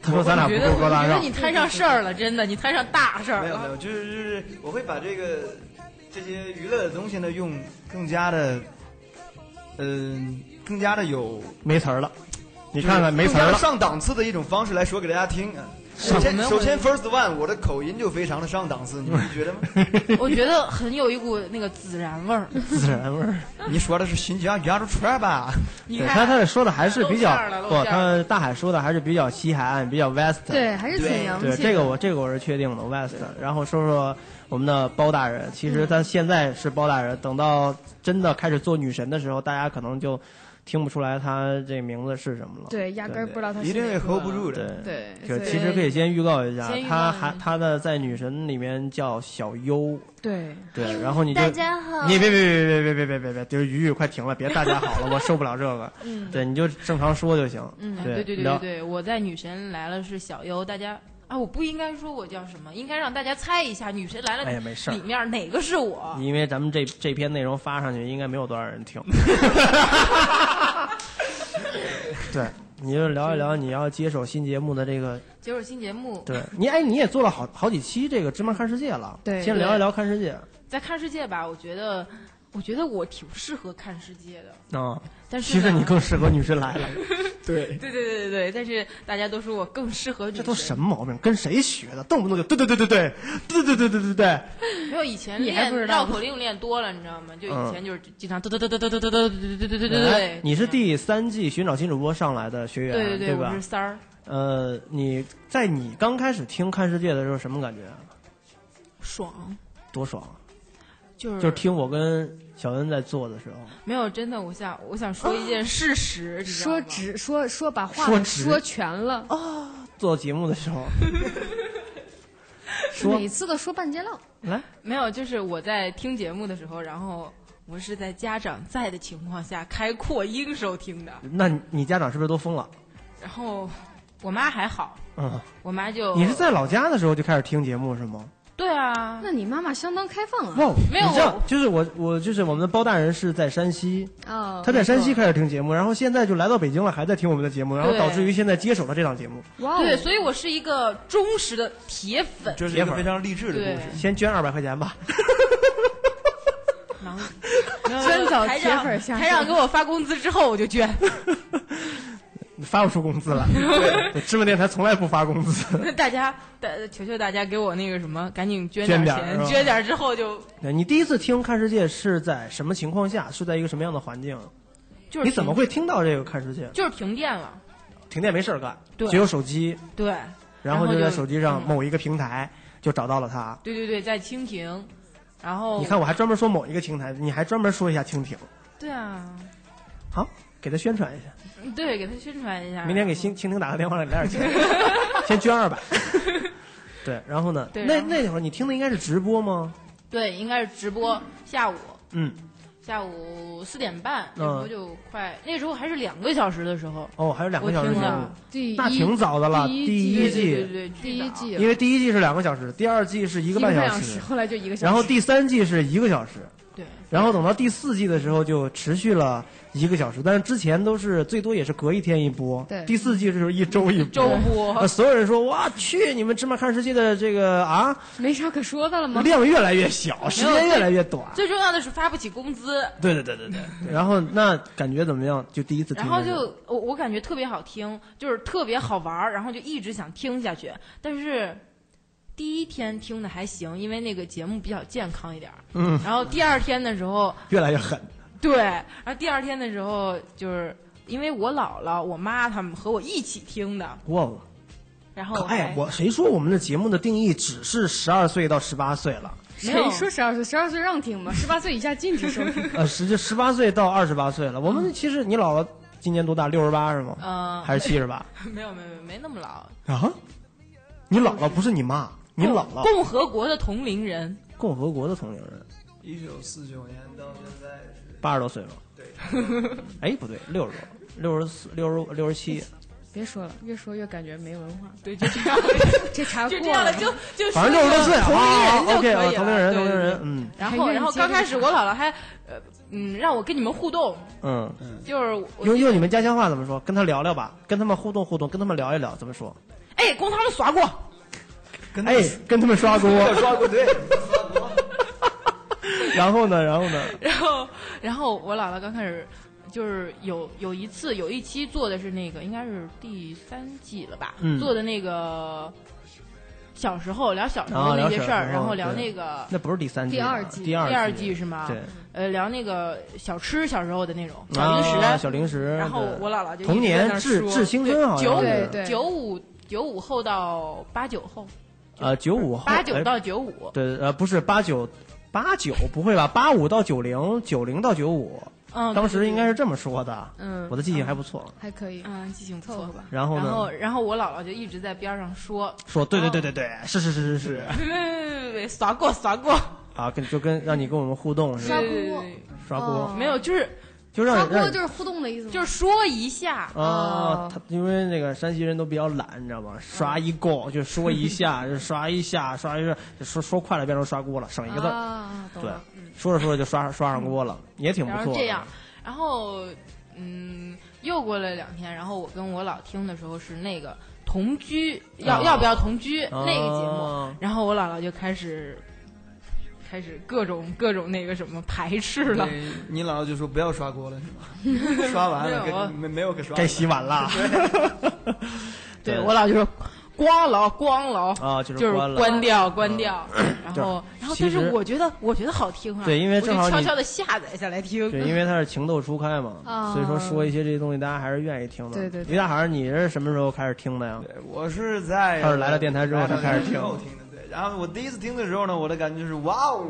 B: 他说咱俩
E: 我
B: 不
E: 觉得
B: 够高
E: 我
B: 大
E: 觉得
B: 上
E: 你，摊上事儿了，真的，你摊上大事儿
D: 没有没
E: 了。
D: 有，就是就是我会把这个这些娱乐的东西呢，用更加的，嗯、更加的有
B: 没词儿了。你看
E: 嗯
B: 看没词儿
D: 更加
B: 了，
D: 上档次的一种方式来说给大家听。啊。首先，首先 first one，我的口音就非常的上档次，你们觉得吗？
E: 我觉得很有一股那个孜然味儿。
B: 孜然味儿。
D: 你说的是新疆羊肉串吧？
E: 你
B: 对
E: 看
B: 他，他说的还是比较
E: 露馅儿了露
B: 不，
E: 馅儿
B: 他大海说的还是比较西海岸，比较 west。
C: 对，还是挺
D: 对
C: 洋气
B: 对，
C: 的。
B: 这个我这个我是确定的 West。然后说说我们的包大人，其实他现在是包大人，等到真的开始做女神的时候，大家可能就听不出来他这名字是什么了。
C: 对，压根儿不知道他是
D: 一定
C: 哪
D: 也
C: 个
D: hold 不住的。
B: 对
C: 对，
B: 就
C: 所以
B: 其实可以先预告一下
E: 先，预告
B: 他
E: 一下
B: 还他的在女神里面叫小优，
C: 对，
B: 对，然后你就
A: 大家好，
B: 你别别别别别别别别别，就是鱼鱼快停了，别大家好了，我受不了这个。对，你就正常说就行。
E: 嗯，哎
B: 对
E: 对对对对，对，我在《女神来了》是小优，大家啊，我不应该说我叫什么，应该让大家猜一下《女神来了
B: 哎呀没事》儿
E: 里面哪个是我。
B: 因为咱们这这篇内容发上去，应该没有多少人听。 对，你就聊一聊你要接手新节目的这个，
E: 接着新节目，
B: 对你哎，你也做了好好几期这个《芝麻看世界》了，
C: 对
B: 先聊一聊看世界啊、
E: 在看世界吧，我觉得，我觉得我挺适合看世界的，但是
B: 啊其实
E: 呢
B: 你更适合《女神来了》，
E: 对对对对对，但是大家都说我更适合女
B: 这
E: 神，
B: 都什么毛病？跟谁学的？动不动就对对对对对对对对对对对对，
E: 没有以前
C: 你还
E: 练
C: 不知道
E: 绕
C: 吗
E: 口令练多了，你知道吗？就
B: 嗯
E: 以前就是 经常嘚嘚嘚嘚嘚嘚嘚嘚嘚嘚嘚嘚
B: 哎
E: 嘚，
B: 你是第三季《寻找新主播》上来的学员，
E: 对对，我
B: 啊吧
E: 是？三儿，
B: 呃，你在你刚开始听《看世界》的时候什么感觉啊？
E: 爽，
B: 多爽啊！
E: 就是
B: 就是听我跟小恩在做的时候，
E: 没有真的，我想我想说一件事实，你知道
C: 说
E: 吗
C: 直说说把话
B: 说
C: 给
B: 直
C: 说全了，
B: 做节目的时候，说
C: 每次都说半截浪。
B: 来，
E: 没有，就是我在听节目的时候，然后我是在家长在的情况下开扩音收听的，
B: 那你你家长是不是都疯了？
E: 然后我妈还好，
B: 嗯，
E: 我妈就
B: 你是在老家的时候就开始听节目是吗？
E: 对啊，
C: 那你妈妈相当开放啊！
B: 哇，
E: 没有
B: 你知道
E: 我
B: 就是我我就是我们的包大人是在山西，
C: 哦，
B: 他在山西
C: 没
B: 开始听节目，然后现在就来到北京了，还在听我们的节目，然后
E: 对
B: 导致于现在接手了这档节目，
C: 错，哇哦，
E: 对，所以我是一个忠实的铁粉，
D: 这是一
B: 别
D: 个
B: 玩
D: 非常励志的
E: 对
D: 故事。
B: 先捐二百块钱 吧。
E: 然后
C: 真找
E: 台
C: 铁
E: 长
C: 粉下手
E: 台长给我发工资之后我就捐，
B: 你发不出工资来， 对芝麻电台从来不发工资。
E: 大家大求求大家给我那个什么，赶紧捐
B: 捐点儿
E: 钱
B: 是，吧
E: 捐点儿之后就
B: 对你第一次听《看世界》是在什么情况下？是在一个什么样的环境？
E: 就是
B: 你怎么
E: 停
B: 会听到这个《看世界》？
E: 就是停电了？
B: 停电没事儿干，
E: 对
B: 只有手机，
E: 对
B: 然后
E: 然后
B: 就在
E: 就
B: 手机上
E: 嗯
B: 某一个平台就找到了他。
E: 对对对，在蜻蜓，然后
B: 你看，我还专门说某一个平台，你还专门说一下蜻蜓，
E: 对啊，
B: 好，给他宣传一下。
E: 对，给他宣传一下。
B: 明天给
E: 然后
B: 蜻蜻蜓打个电话，来点 钱，先捐二百。对，然后呢？
E: 对
B: 那
E: 然后
B: 那会儿你听的应该是直播吗？
E: 对，应该是直播，下午
B: 嗯，
E: 下午四点半，那
B: 嗯
E: 时候就快，那时候还是两个小时的时候，
B: 哦，还有两
E: 我
B: 个小时
E: 听
B: 节
E: 了
B: 目，
C: 第一
B: 那挺早的了。
C: 第一
B: 第
C: 季
B: 一
E: 对对对
B: 季，
E: 对，
C: 第一季
B: 因为第一季是两个小时，第二季是一
C: 一
B: 个半
C: 小
B: 小时，
C: 后来就一个小时，
B: 然后第三季是一个小时，
E: 对
B: 然后等到第四季的时候就持续了一个小时，但是之前都是最多也是隔一天一播，
C: 对
B: 第四季就是一周一播。
E: 周
B: 啊，
E: 播，
B: 所有人说哇去，你们芝麻看世界的这个 啊
C: 没啥可说的了吗？
B: 量越来越小，时间越来越短。
E: 最重要的是发不起工资，
B: 对对对对对。然后那感觉怎么样？就第一次听
E: 然
B: 这个。
E: 后就我我感觉特别好听，就是特别好玩儿，然后就一直想听下去。但是第一天听的还行，因为那个节目比较健康一点儿。
B: 嗯，
E: 然后第二天的时候，
B: 越来越狠。
E: 对，然后第二天的时候就是。因为我姥姥、我妈他们和我一起听的，
B: 哇哦！
E: 然后还
B: 哎，我谁说我们的节目的定义只是十二岁到十八岁了？
E: 没有
C: 谁说十二岁？十二岁让听吗？十八岁以下禁止收听。
B: 呃，实际十八岁到二十八岁了。我们其实你姥姥今年多大？六十八是吗？
E: 呃
B: 还是七十八？
E: 没有没有没有没那么老，
B: 嗯 啊？哦你姥姥不是你妈，你姥姥
E: 共和国的同龄人，
B: 共和国的同龄人，
D: 一九四九年到现在是
B: 八十多岁吗？对。 哎，不对，六十多，六十四，六十六十七，
C: 别说了，越说越感觉没文化。
E: 对，就这 样，
C: 这茬
E: 就
C: 过
E: 这样了，就就
B: 反正六十多岁
E: 同
B: 啊。
E: 龄人就
B: OK
E: 可以
B: 啊，
E: 了
B: 同龄人，
E: 对
B: 同龄
E: 对
B: 人
E: 对，
B: 嗯
E: 然
C: 还
E: 后，
C: 愿意
E: 然后
C: 接
E: 刚
C: 这
E: 开
C: 个
E: 始
C: 茬
E: 我姥姥还，呃，嗯，让我跟你们互动，
B: 嗯。
E: 就是我
B: 用用你们家乡话怎么说？跟他聊聊吧，跟他们互动互动，跟他们聊一聊怎么说？
E: 哎，供他们耍过， 嗯
D: 跟
B: 哎，跟他们刷锅，
D: 要抓过对，
B: 然后呢，然后呢？
E: 然后，然后我姥姥刚开始就是有有一次有一期做的是那个应该是第三季了吧，
B: 嗯
E: 做的那个小时候聊小时候
B: 啊
E: 那
B: 聊
E: 些
B: 小
E: 事儿，
B: 时
E: 然
B: 候
E: 后聊
B: 对
E: 那个
B: 那不是第三季
C: 第
B: 吧，
C: 二季
B: 第二
E: 第二季是吗？
B: 对，
E: 呃，聊那个小吃小时候的那种小零食，
B: 啊，小零食，
E: 然后
B: 对
E: 我姥姥就一直
B: 童
E: 在
B: 年
E: 那儿
B: 至
E: 说
B: 至青春好
E: 九
B: 像
E: 五
C: 对
B: 是，
C: 对
E: 九五九五后到八九后，
B: 呃，九五后
E: 八九
B: 哎
E: 到九五，
B: 对，呃，不是八九，八九不会吧？八五到九零，九零到九五，
E: 嗯，
B: 当时应该是这么说的。
C: 嗯
B: 我，的记
E: 哦
B: 性还不错。
C: 还可以，
E: 嗯记性不
C: 凑
E: 错
C: 合。吧。
B: 然后
E: 然
B: 呢，
E: 后，然后我姥姥就一直在边上说
B: 说对对对对对，是是是是是
E: 别：“别别别别，耍过耍过，
B: 啊，跟就跟让你跟我们互动是吧
C: 刷？
E: 对
C: 锅，
B: 刷
C: 哦
B: 锅
E: 没有，就是
B: 就让
C: 刷
B: 你让
C: 锅
B: 你
C: 就是互动的意思吗？
E: 就是说一下，
B: 啊
C: 哦，
B: 他因为那个山西人都比较懒，你知道吗？刷一够就说一下，就刷一下，刷一下，就说说快了变成刷锅了，省一个字儿。
C: 啊，懂
B: 对
C: 了。，
B: 说着说着就刷刷上锅了，也挺不
E: 然后
B: 错。
E: 这样，，然后嗯，又过了两天，然后我跟我姥听的时候是那个同居，要、
B: 啊
E: 要不要同居、
B: 啊
E: 那个节目，然后我姥姥就开始开始各种各种那个什么排斥了。
D: 对你姥姥就说不要刷锅了，是吗？刷完了
E: 没有啊
D: 跟没没有可刷的
B: 该洗碗啦。
E: 对我姥就说光牢光牢。
B: 啊，就是
E: 就是
B: 关了。嗯
E: 关掉，关掉，然后，然后，
B: 其
E: 但是
B: 实
E: 我觉得，我觉得好听啊，
B: 对因为
E: 我就
B: 正好
E: 悄
B: 你
E: 悄的下载下来听，
B: 对，因为它是情窦初开嘛，
C: 啊
B: 所以说说一些这些东西，大家还是愿意听的。
C: 对对对
B: 于大海，你是什么时候开始听的呀？
D: 对我是在
B: 他是来了电台之后才开始听
D: 来了电台之后听的。对，然后我第一次听的时候呢，我的感觉就是哇哦，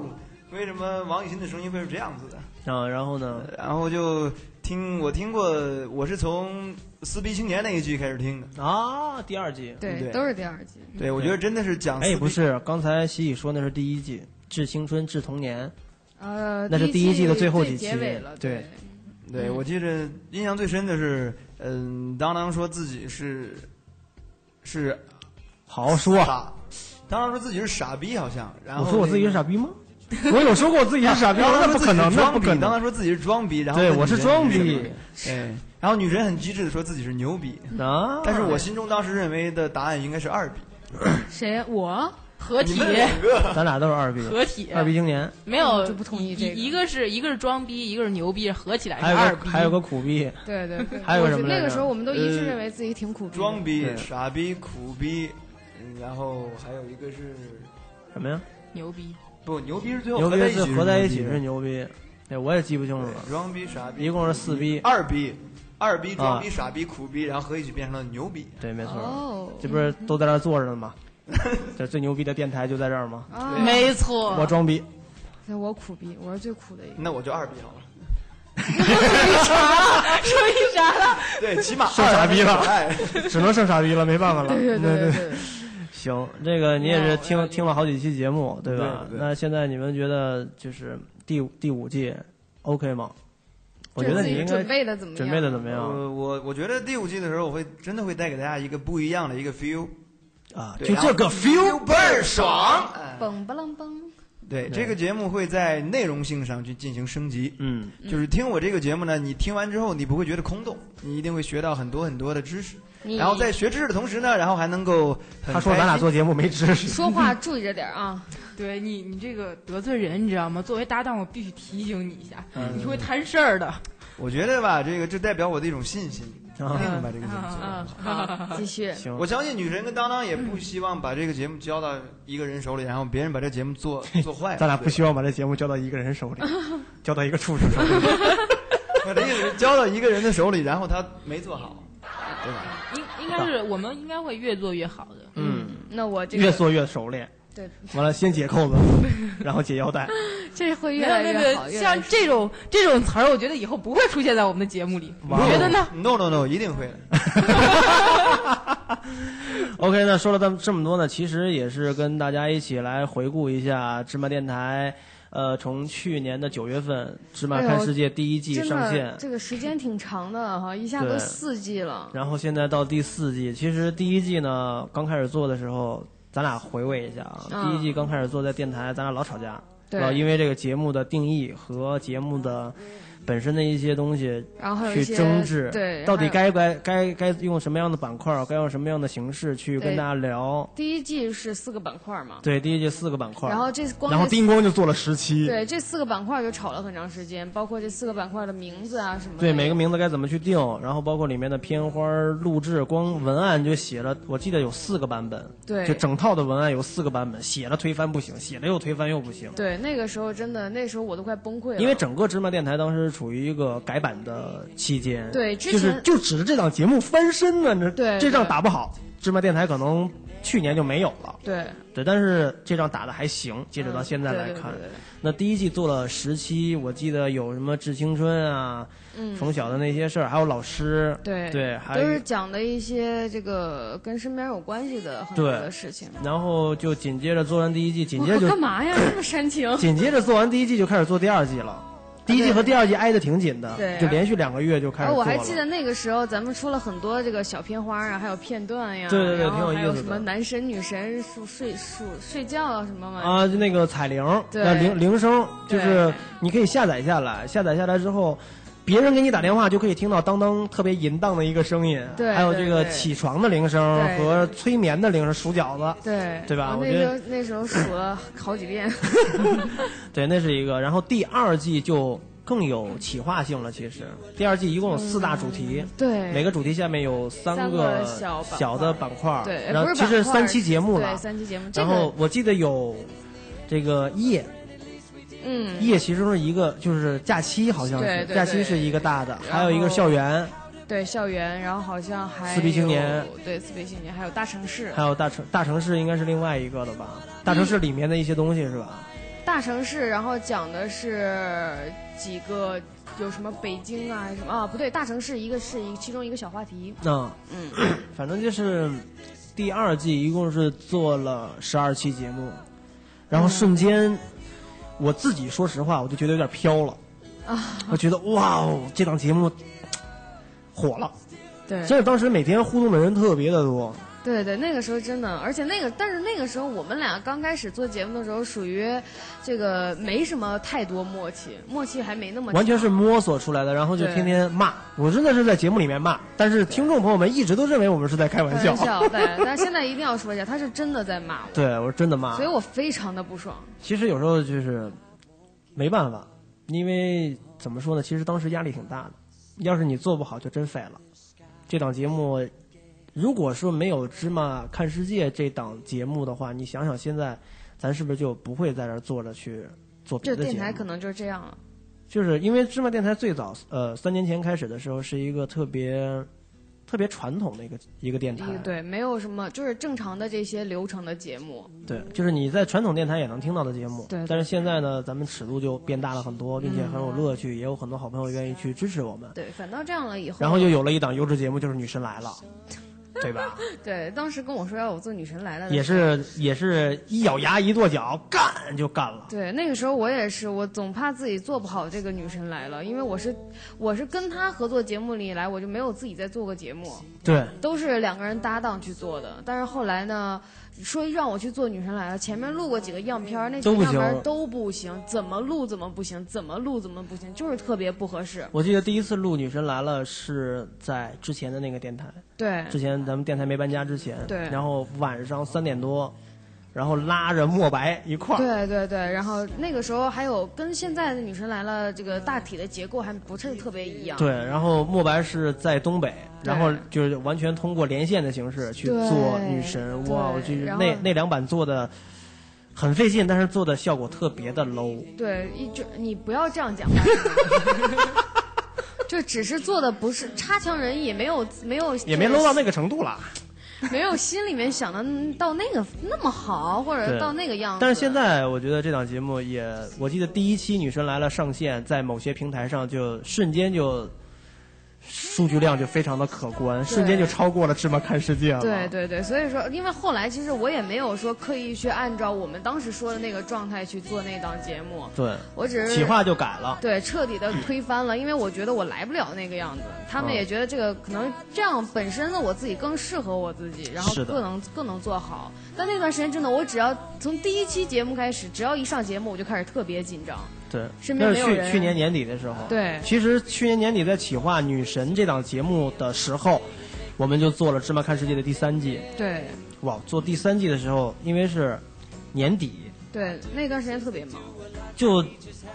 D: 为什么王以欣的声音会是这样子的？
B: 啊，然后呢？
D: 然后就听我听过，我是从撕逼青年那一季开始听的。
B: 啊，第二季。
D: 对
C: 对，都是第二季。
D: 对，我觉得真的是讲撕
B: 哎，
D: 逼
B: 不是，刚才喜喜说那是第一季，《致青春，致童年》。
C: 呃，
B: 那是第一季的最后
C: 最
B: 几期
C: 结尾了，
B: 对
C: 对，
D: 对，我记着印象最深的是，嗯，当当说自己是是
B: 好好说。啊
D: 傻，当当说自己是傻逼，好像。然后
B: 我说我自己是傻
D: 逼，
B: 逼吗？我有啊说过我自己是傻逼吗？
D: 当当
B: 那
D: 说
B: 不
D: 自己
B: 可能，
D: 是
B: 那
D: 装
B: 不
D: 逼
B: 可
D: 当
B: 能。
D: 当说自己是装逼，然后
B: 对，
D: 问
B: 我
D: 女
B: 是
D: 人
B: 装
D: 你什么
B: 逼
D: 哎，然后女人很机智的说自己是牛逼，
B: 啊！
D: 但是我心中当时认为的答案应该是二逼。
C: 谁我
E: 合体
D: 你，们两 个，
B: 咱俩都是二逼，
E: 合体，
B: 二逼青年，
E: 没有
C: 我就不同意
E: 一
C: 这个
E: 一个是一个是装逼，一个是牛逼，合起来
B: 还
E: 是哎二
B: 有
E: 逼。
B: 个还有个苦逼，
C: 对对对，
B: 还有
C: 我
B: 什
C: 觉
B: 么
C: 得
B: 来
C: 那个
B: 着
C: 时候我们都一致
D: 呃
C: 认为自己挺苦逼的，
D: 装
B: 对
D: 逼、傻逼、苦逼，嗯然后还有一个是
B: 什么呀？
E: 牛逼，
D: 不牛逼是最后
B: 牛逼
D: 在一
B: 是
D: 起是
B: 合在一起
D: 牛
B: 是
D: 逼
B: 牛逼，哎，我也记不清楚
D: 对哦
B: 了，
D: 装逼、傻逼，
B: 一共是四逼。
D: 二逼、二逼、装逼、
B: 啊
D: 傻逼、苦逼，然后合一起变成了牛逼。
B: 对，没错，
C: 哦，
B: 这不是都在那儿坐着呢吗？这最牛逼的电台就在这儿吗？
C: 啊，
E: 没错。
B: 我装逼，
C: 那我苦逼，我是最苦的一个。
D: 那我就二 逼好了。
E: 说一啥了？
D: 对，起码
B: 剩傻逼了
D: 二才可爱
B: 只能剩傻逼了，没办法了。
C: 对
B: 那
C: 对对，
B: 行，这个你也是听听了好几期节目，对吧？
D: 对对
B: 那现在你们觉得就是第五第五季 OK 吗？我觉得你应该
C: 准备的怎么样？
B: 准备的怎么样
D: 我呃我我觉得第五季的时候，我会真的会带给大家一个不一样的一个 feel，
C: 呃
B: 啊？
D: 对
B: 就这个 feel
D: 倍儿爽。
C: 蹦不楞蹦，
D: 对，这个节目会在内容性上去进行升级。
B: 嗯，
D: 就是听我这个节目呢，你听完之后，你不会觉得空洞，你一定会学到很多很多的知识。
C: 你
D: 然后在学知识的同时呢，然后还能够
B: 嗯
D: 很
B: 他说咱俩做节目没知识，
C: 说话注意着点儿啊。
E: 对你，你这个得罪人，你知道吗？作为搭档，我必须提醒你一下，
B: 嗯
E: 你会摊事儿的。
D: 我觉得吧，这个这代表我的一种信心，一定
B: 啊
C: 嗯
D: 能把这个节目
E: 嗯
D: 做好。
C: 好，继续。
B: 行，
D: 我相信女神跟当当也不希望把这个节目交到一个人手里，然后别人把这节 目做做
C: 嗯
D: 坏了。
B: 咱俩不希望把这节目交到一个人手 里，交到一个畜生手里。
C: 嗯
D: 我的意思是交到一个人的手里，然后他没做好，对吧？
E: 应应该是我们应该会越做越好的。
B: 嗯，
C: 那我这
B: 越
C: 个
B: 做越熟练。
C: 对，
B: 完了先解扣 子，然后解腰带。
C: 这会
E: 没
C: 越
E: 有
C: 来
E: 那
C: 越好，
E: 个
C: 越来
E: 像
C: 越
E: 这种这种词儿，我觉得以后不会出现在我们的节目里。你
B: 哇哦
E: 觉得呢？
D: ？No No No，一定会的。
B: OK，那说了这么这么多呢，其实也是跟大家一起来回顾一下芝麻电台。呃，从去年的九月份，《芝麻看世界》第一季
C: 哎真
B: 上线，
C: 的这个时间挺长的哈，一下
B: 对
C: 都四季了。
B: 然后现在到第四季。其实第一季呢，刚开始做的时候，咱俩回味一下啊。
C: 嗯
B: 第一季刚开始做在电台，咱俩老吵架，
C: 对
B: 老因为这个节目的定义和节目的本身的一些东西
C: 然后还有
B: 去
C: 一些
B: 争执，
C: 对，
B: 到底
C: 还
B: 该
C: 有
B: 不该该该用什么样的板块，该用什么样的形式去跟
C: 对
B: 大家聊？
C: 第一季是四个板块嘛，
B: 对，第一季四个板块，
C: 然后这光
F: 然后
C: 这
F: 丁光就做了十期，
C: 对这四个板块就吵了很长时间，包括这四个板块的名字啊什么的。
B: 对每个名字该怎么去定，然后包括里面的片花、录制，光文案就写了，我记得有四个版本，
C: 对
B: 就整套的文案有四个版本，写了推翻不行，写了又推翻又不行。
C: 对那个时候真的，那时候我都快崩溃了，
B: 因为整个芝麻电台当时处于一个改版的期间，
C: 对之
B: 就
C: 前
B: 是就指着这档节目翻身呢，这
C: 对
B: 这仗
C: 对
B: 打不好，芝麻电台可能去年就没有了，
C: 对
B: 对，但是这仗打的还行，截止到现在
C: 嗯
B: 来
C: 对对
B: 看，
C: 对对对
B: 那第一季做了十期，我记得有什么致青春啊，
C: 嗯
B: 从小的那些事儿，还有老师，
C: 对
B: 对，还
C: 都是
B: 有。
C: 讲的一些这个跟身边有关系的很多
B: 对
C: 的事情。
B: 然后就紧接着做完第一季，紧
C: 我
B: 接着
C: 干
B: 就
C: 嘛呀？这么煽情？
B: 紧接着做完第一季就开始做第二季了，第一季和第二季挨得挺紧的，
C: 啊对
B: 就连续两个月就开
C: 然
B: 始做
C: 后哦我
B: 了。
C: 还记得那个时候，咱们出了很多这个小片花啊，还有片段呀，
B: 对对对
C: 然后
B: 挺有意
C: 还有
B: 思
C: 什
B: 的
C: 么男神女神睡睡睡睡觉啊什么玩意儿。
B: 啊，就那个彩铃，
C: 对
B: 呃铃铃声，就是
C: 对
B: 你可以下载下来，下载下来之后，别人给你打电话就可以听到当当特别淫荡的一个声音，
C: 对
B: 还有
C: 对
B: 这个
C: 对
B: 起床的铃声
C: 对
B: 和催眠的铃声，数饺 子，
C: 对
B: 对吧
C: 我
B: 我
C: 那
B: 觉
C: 时
B: 得
C: 候那时候数了好 几遍，
B: 对，那是一个。然后第二季就更有企划性了，其实第二季一共有四大主题。
C: 对，
B: 每个主题下面有三
C: 三
B: 个
C: 个小板块
B: 的板块儿，
C: 对，
B: 然
C: 不
B: 后
C: 是
B: 其实
C: 板块
B: 三期节目
C: 对
B: 了，
C: 三期节目，这
B: 然
C: 个
B: 后我记得有这个夜，
C: 嗯，
B: 夜其中是一个就是假期，好像是
C: 对对
B: 假期是一个大的，
C: 对
B: 还有一个校园，
C: 对校园，然后好像还
B: 四 B 青
C: 有
B: 年，
C: 对四 B 青年，还有大城市，
B: 还有大城大城市应该是另外一个了吧？大城市里面的一些东西是吧？
C: 大城市，然后讲的是几个有什么北京啊，还是什么啊？不对，大城市一个是一其中一个小话题，
B: 那
C: 嗯，
B: 啊 反正就是第二季一共是做了十二期节目，然后
C: 嗯
B: 瞬间、我自己说实话，我就觉得有点飘了啊！我觉得哇哦，这档节目火了，
C: 对
B: 真的当时每天互动的人特别的多。
C: 对对，那个时候真的，而且那个，但是那个时候我们俩刚开始做节目的时候，属于这个没什么太多默契，默契还没那么
B: 完全
C: 强
B: 是摸索出来的，然后就
C: 对
B: 天天骂。我真的是在节目里面骂，但是听众朋友们一直都认为我们是在开玩
C: 开
B: 笑。
C: 玩笑，对，但现在一定要说一下，他是真的在骂我，
B: 对，我是真的骂
C: 所。以我非常的不爽。
B: 其实有时候就是没办法，因为怎么说呢？其实当时压力挺大的，要是你做不好，就真废了。这档节目，如果说没有《芝麻看世界》这档节目的话，你想想现在，咱是不是就不会在这儿坐着去做别
C: 这
B: 的节目？
C: 电台可能就是这样了，
B: 就是因为芝麻电台最早呃三年前开始的时候是一个特别特别传统的一个一个电台，
C: 对，没有什么，就是正常的这些流程的节目，
B: 对就是你在传统电台也能听到的节目，
C: 对对
B: 但是现在呢，咱们尺度就变大了很多，并且很有乐趣，也有很多好朋友愿意去支持我们，
C: 对，反倒这样了以后，
B: 然后又有了一档优质节目，就是《女神来 了》，对吧？
C: 对，当时跟我说要我做女神来了的时候，
B: 也是也是一咬牙一跺脚，干就干了。
C: 对，那个时候我也是，我总怕自己做不好这个女神来了，因为我是我是跟她合作节目里来，我就没有自己在做过节目，
B: 对，
C: 都是两个人搭档去做的。但是后来呢，说让我去做女神来了，前面录过几个样片儿，那几
B: 都不
C: 个样片儿
B: 行
C: 都不行，怎么录怎么不行，怎么录怎么不行，就是特别不合适。
B: 我记得第一次录《女神来了》是在之前的那个电台，
C: 对，
B: 之前咱们电台没搬家之前，
C: 对
B: 然后晚上三点多，然后拉着墨白一块儿，
C: 对对对，然后那个时候还有跟现在的女神来了这个大体的结构还不是特别一样。
B: 对，然后墨白是在东北，
C: 对
B: 然后就是完全通过连线的形式去
C: 对
B: 做女神，
C: 对
B: 哇，我去
C: 然后
B: 那那两版做的很费劲，但是做的效果特别的 low，
C: 对，一就你不要这样讲话。 就只是做的不是差强人意，没有没有
B: 也没 low 到那个程度啦。
C: 没有心里面想的到那个那么好，或者
B: 对
C: 到那个样子。
B: 但是现在我觉得这档节目也，我记得第一期《女神来了》上线，在某些平台上就瞬间就数据量就非常的可观，瞬间就超过了《芝麻看世界》了。
C: 对对对，所以说，因为后来其实我也没有说刻意去按照我们当时说的那个状态去做那档节目，
B: 对，
C: 我只是
B: 企划就改了。
C: 对，彻底的推翻了，因为我觉得我来不了那个样子，他
B: 嗯
C: 们也觉得这个可能这样本身的我自己更适合我自己，然后
B: 是的
C: 更能更能做好。但那段时间真的，我只要从第一期节目开始，只要一上节目，我就开始特别紧张，
B: 对，
C: 身边
B: 那是
C: 没有
B: 去
C: 人啊
B: 去年年底的时候。
C: 对
B: 其实去年年底在企划《女神》这档节目的时候，我们就做了《芝麻看世界》的第三季。
C: 对
B: 哇，做第三季的时候，因为是年底，
C: 对，那段时间特别忙，
B: 就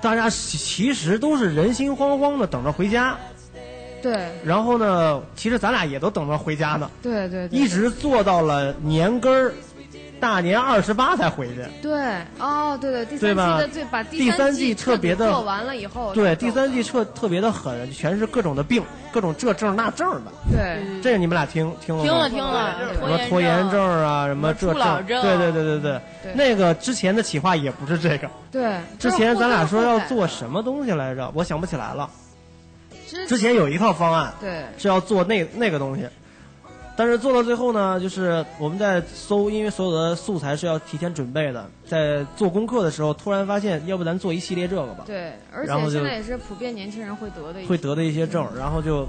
B: 大家其其实都是人心惶惶的等着回家。
C: 对
B: 然后呢，其实咱俩也都等着回家呢，
C: 对对，对
B: 一直做到了年根儿，大年二十八才回去。
C: 对哦，对对，第
B: 对
C: 三
B: 吧
C: 季的对，把
B: 第三
C: 季
B: 季特别的
C: 彻底做完了以后，
B: 对，
C: 然后
B: 第三季特特别的狠，全是各种的病，各种这症那症的。
C: 对
B: 这个你们俩听听了吗？
E: 听了听了，
B: 什么哦拖延
E: 延
B: 症啊，什么
E: 什么
B: 这
E: 初老症嗯
B: 对对对对对，
C: 对
B: 那个之前的企划也不是这个，
C: 对，
B: 之前咱俩说要做
C: 什
B: 什么东西来着，我想不起来了。
C: 之
B: 之前有一套方案
C: 对
B: 是要做那那个东西，但是做到最后呢，就是我们在搜，因为所有的素材是要提前准备的，在做功课的时候突然发现，要不咱做一系列这个吧，
C: 对，而
B: 然后就
C: 且现在也是普遍年轻人会得的一
B: 会得的一些症，
E: 嗯
B: 然后就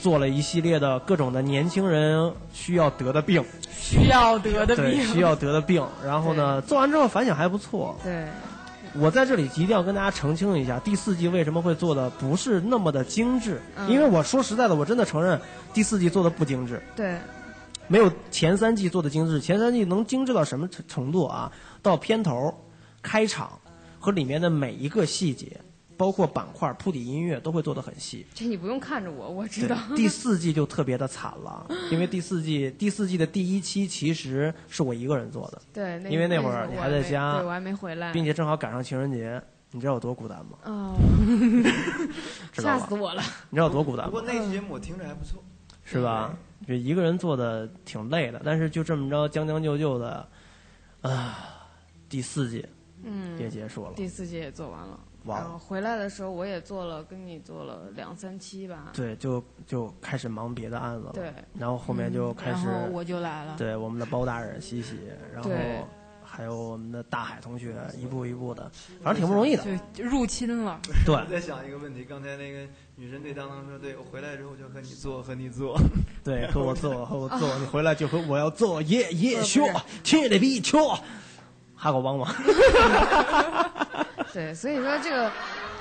B: 做了一系列的各种的年轻人需要得的病。
E: 需要得的
B: 对，需
E: 病，
B: 要得的病。然后呢，做完之后反响还不错。
C: 对
B: 我在这里一定要跟大家澄清一下，第四季为什么会做的不是那么的精致？
C: 嗯
B: 因为我说实在的，我真的承认第四季做的不精致，
C: 对
B: 没有前三季做的精致。前三季能精致到什么程程度啊？到片头、开场和里面的每一个细节，包括板块铺底音乐都会做的很细。
C: 这你不用看着我，我知
B: 对
C: 道。
B: 第四季就特别的惨了，因为第四季第四季的第一期其实是我一个人做的。
C: 对，那
B: 因为那
C: 那
B: 会儿
C: 时候
B: 你
C: 我
B: 还在
C: 没
B: 家
C: 对我还没回来，
B: 并且正好赶上情人节，你知道有多孤单吗？
C: 哦，
B: 知道
C: 吓
B: 吧
C: 死？我了。
B: 你知道有多孤单
D: 不
B: 吗
D: 过？那期节目我听着还不错，
B: 是
C: 嗯
B: 吧？就一个人做的挺累的，但是就这么着将将就就的，啊，第四季也
C: 嗯，
B: 结束了。
C: 第四季也哦做完了，
B: 哇哦
C: 然后回来的时候我也做了，跟你做了两三期吧。
B: 对，就就开始忙别的案子了。
C: 对，嗯
B: 然后后面就开
E: 然
B: 始、
E: 后我就来了。
B: 对我们的包大人西西，然后
C: 对
B: 还有我们的大海同学，一步一步的，反正挺不容易的。
E: 就入侵了，
B: 对
D: 我在想一个问题，刚才那个女神对当当说，对我回来之后就和你做，和你做。
B: 对，和我做，和我做，你回来就和我要做夜夜秀
C: 哦不是，
B: 切的 必求，哈狗帮忙。
C: 对，所以说这个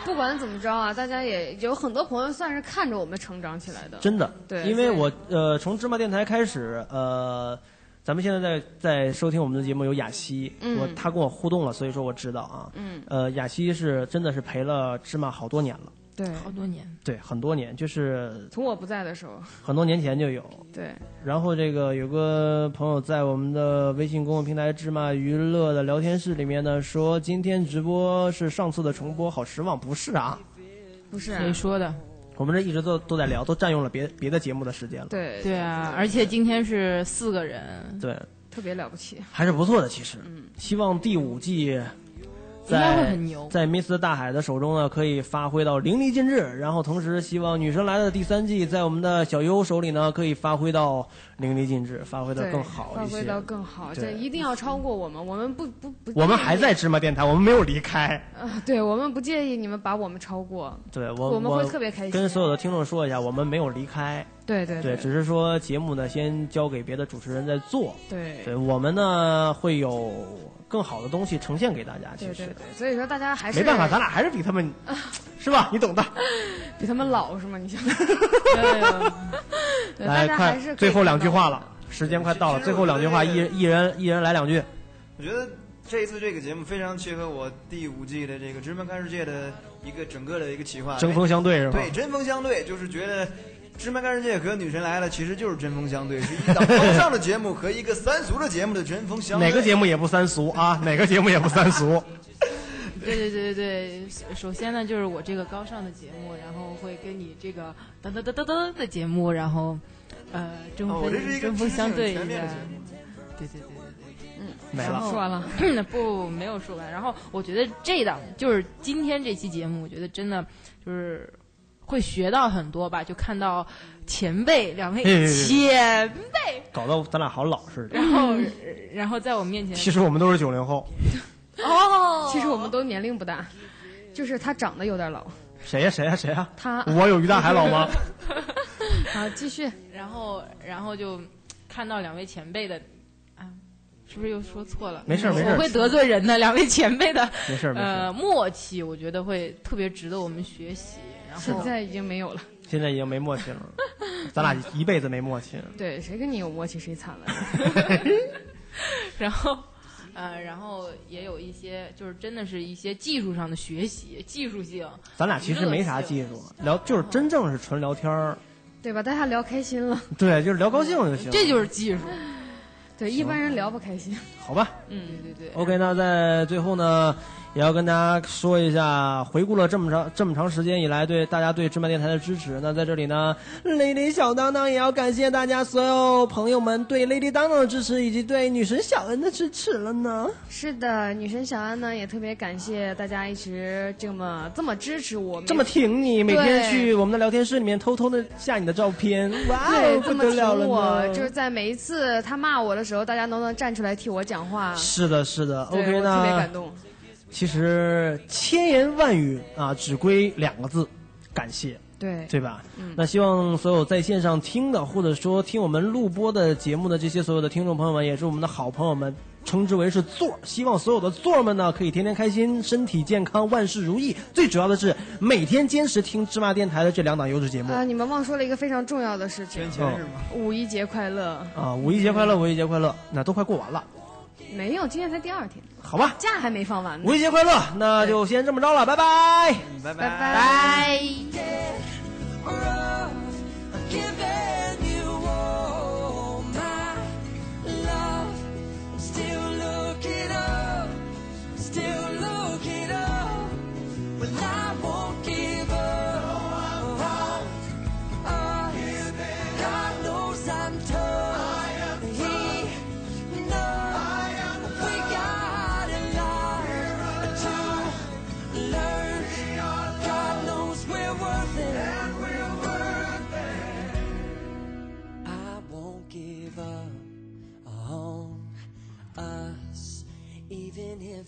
C: 不管怎么着啊，大家也有很多朋友算是看着我们成长起来的。
B: 真的，
C: 对
B: 因为
C: 所以
B: 我呃，从芝麻电台开始，呃，咱们现在在在收听我们的节目有雅西，
C: 嗯
B: 我他跟我互动了，所以说我知道啊，
C: 嗯，
B: 呃，雅西是真的是陪了芝麻好多年了，
C: 对，
E: 好多年，
B: 对，很多年，就是
C: 从我不在的时候，
B: 很多年前就有。
C: 对
B: 然后这个有个朋友在我们的微信公众平台“芝麻娱乐”的聊天室里面呢说，今天直播是上次的重播，好失望，不是啊，
C: 不是啊、
E: 谁说的？
B: 我们这一直都都在聊，都占用了别别的节目的时间了。
C: 对
E: 对啊，而且今天是四个人，
B: 对，
C: 特别了不起。
B: 还是不错的，其实。
C: 嗯
B: 希望第五季
E: 应该会
B: 在
E: 很牛。
B: 在 Mr 大海的手中呢，可以发挥到淋漓尽致。然后同时，希望《女神来了》第三季在我们的小优手里呢，可以发挥到淋漓尽致，发挥的
C: 对，
B: 更好
C: 发
B: 一
C: 挥
B: 些。
C: 到更好，
B: 对
C: 这一定要超过我们，我们不不不，
B: 我们还在芝麻电台，我们没有离开。
C: 啊，对我们不介意你们把我们超过，
B: 对我，
C: 我们会特别开心
B: 跟所有的听众说一下，我们没有离开，
C: 对对
B: 对，只是说节目呢先交给别的主持人在做。
C: 对
B: 对我们呢会有更好的东西呈现给大家。其
C: 对
B: 实
C: 对对，所以说大家还是
B: 没办法，咱俩还是比他 们，是吧？你懂的。
C: 比他们老是吗？你想，
E: 哎呦
C: 对大
B: 来，
C: 家
B: 快
C: 还是可以
B: 最后两句话
C: 看到
B: 了，时间快到了，
D: 其实
B: 最后两句话，
D: 我觉
B: 一
D: 得这个
B: 人一人一人来两句。
D: 我觉得这一次这个节目非常切合我第五季的这个《直门看世界》的一个整个的一个企划，
B: 针锋相对是吧？
D: 对，针锋相对，就是觉得《芝麻干世界》和《女神来了》其实就是针锋相对，是一档高尚的节目和一个三俗的节目的针锋相对。
B: 哪个节目也不三俗 啊，哪个节目也不三俗。
E: 对对对对对，首先呢，就是我这个高尚的节目，然后会跟你这个噔噔噔噔噔的节目，然后呃针
D: 哦，
E: 锋、
D: 我这是一个
E: 针锋相对一
D: 知识很全面的
E: 下
D: 节。目。
E: 对对对对
B: 没
E: 然
B: 了，
E: 后
C: 说完了，
E: 对， 不没有说完。然后我觉得这档就是今天这期节目，我觉得真的就是会学到很多吧，就看到前辈两位
B: 哎哎哎
E: 前，
B: 搞得咱俩好老似的。
E: 然后然后在我面前
B: 其实我们都是九零后，
E: 哦
C: 其实我们都年龄不大，就是他长得有点老。
B: 谁呀谁呀谁呀？
C: 他
B: 我有于大海老 吗？
C: 好，继续，
E: 然后然后就看到两位前辈的啊，是不是又说错了？
B: 没事儿没事儿
E: 我会得罪人的，两位前辈的
B: 没事儿没事儿，
E: 呃默契，我觉得会特别值得我们学习。然
C: 现
E: 后
C: 在已经没有了。
B: 现在已经没默契了，咱俩一辈子没默契了。
C: 对，谁跟你有默契谁惨 了。
E: 然后，呃，然后也有一些，就是真的是一些技术上的学习，技术性。
B: 咱俩其实没啥技术，聊就是真正是纯聊天儿，
C: 对吧？大家聊开心了，
B: 对，就是聊高兴就行。
E: 这就是技术。
C: 对，一般人聊不开心。
B: 好吧。
E: 嗯，对对对。
B: OK，那在最后呢，也要跟大家说一下，回顾了这么长这么长时间以来对大家对芝麻电台的支持。那在这里呢，Lady 小当当也要感谢大家所有朋友们对 Lady 当当的支持，以及对女神小恩的支持了呢。
C: 是的，女神小安呢也特别感谢大家一直这么这么支持我们，
B: 这么挺你，每天
C: 对
B: 去我们的聊天室里面偷偷的下你的照片，哇
C: 对
B: 哦，
C: 啊这
B: 不
C: 么
B: 得了
C: 挺
B: 了
C: 我，
B: 呢！
C: 就是在每一次他骂我的时候，大家都能站出来替我讲话。
B: 是的，是的
C: 对
B: ，OK，
C: 我特别
B: 那
C: 感动。
B: 其实千言万语啊，只归两个字，感谢。
C: 对，
B: 对吧？那希望所有在线上听的，或者说听我们录播的节目的这些所有的听众朋友们，也是我们的好朋友们，称之为是座儿。希望所有的座儿们呢，可以天天开心，身体健康，万事如意。最主要的是，每天坚持听芝麻电台的这两档优质节目。哦
C: 啊，你们忘说了一个非常重要的事情
D: 圈，钱是吗？
C: 五一节快乐。
B: 啊，五一节快乐，五一节快乐！那都快过完了，
C: 没有，今天才第二天，
B: 好吧？
C: 假还没放完呢
B: 五。一节快乐，那就先这么着了，拜拜。
D: 嗯拜
C: 拜
D: 拜
C: 拜。
G: I've given you all my love. I'm still looking up, I'm still looking up. Well, I won't give up. Uh, God knows I'm tough. He knows we got a lot to learn. God knows we're worth it. And we're worth it. I won't give up on us, even if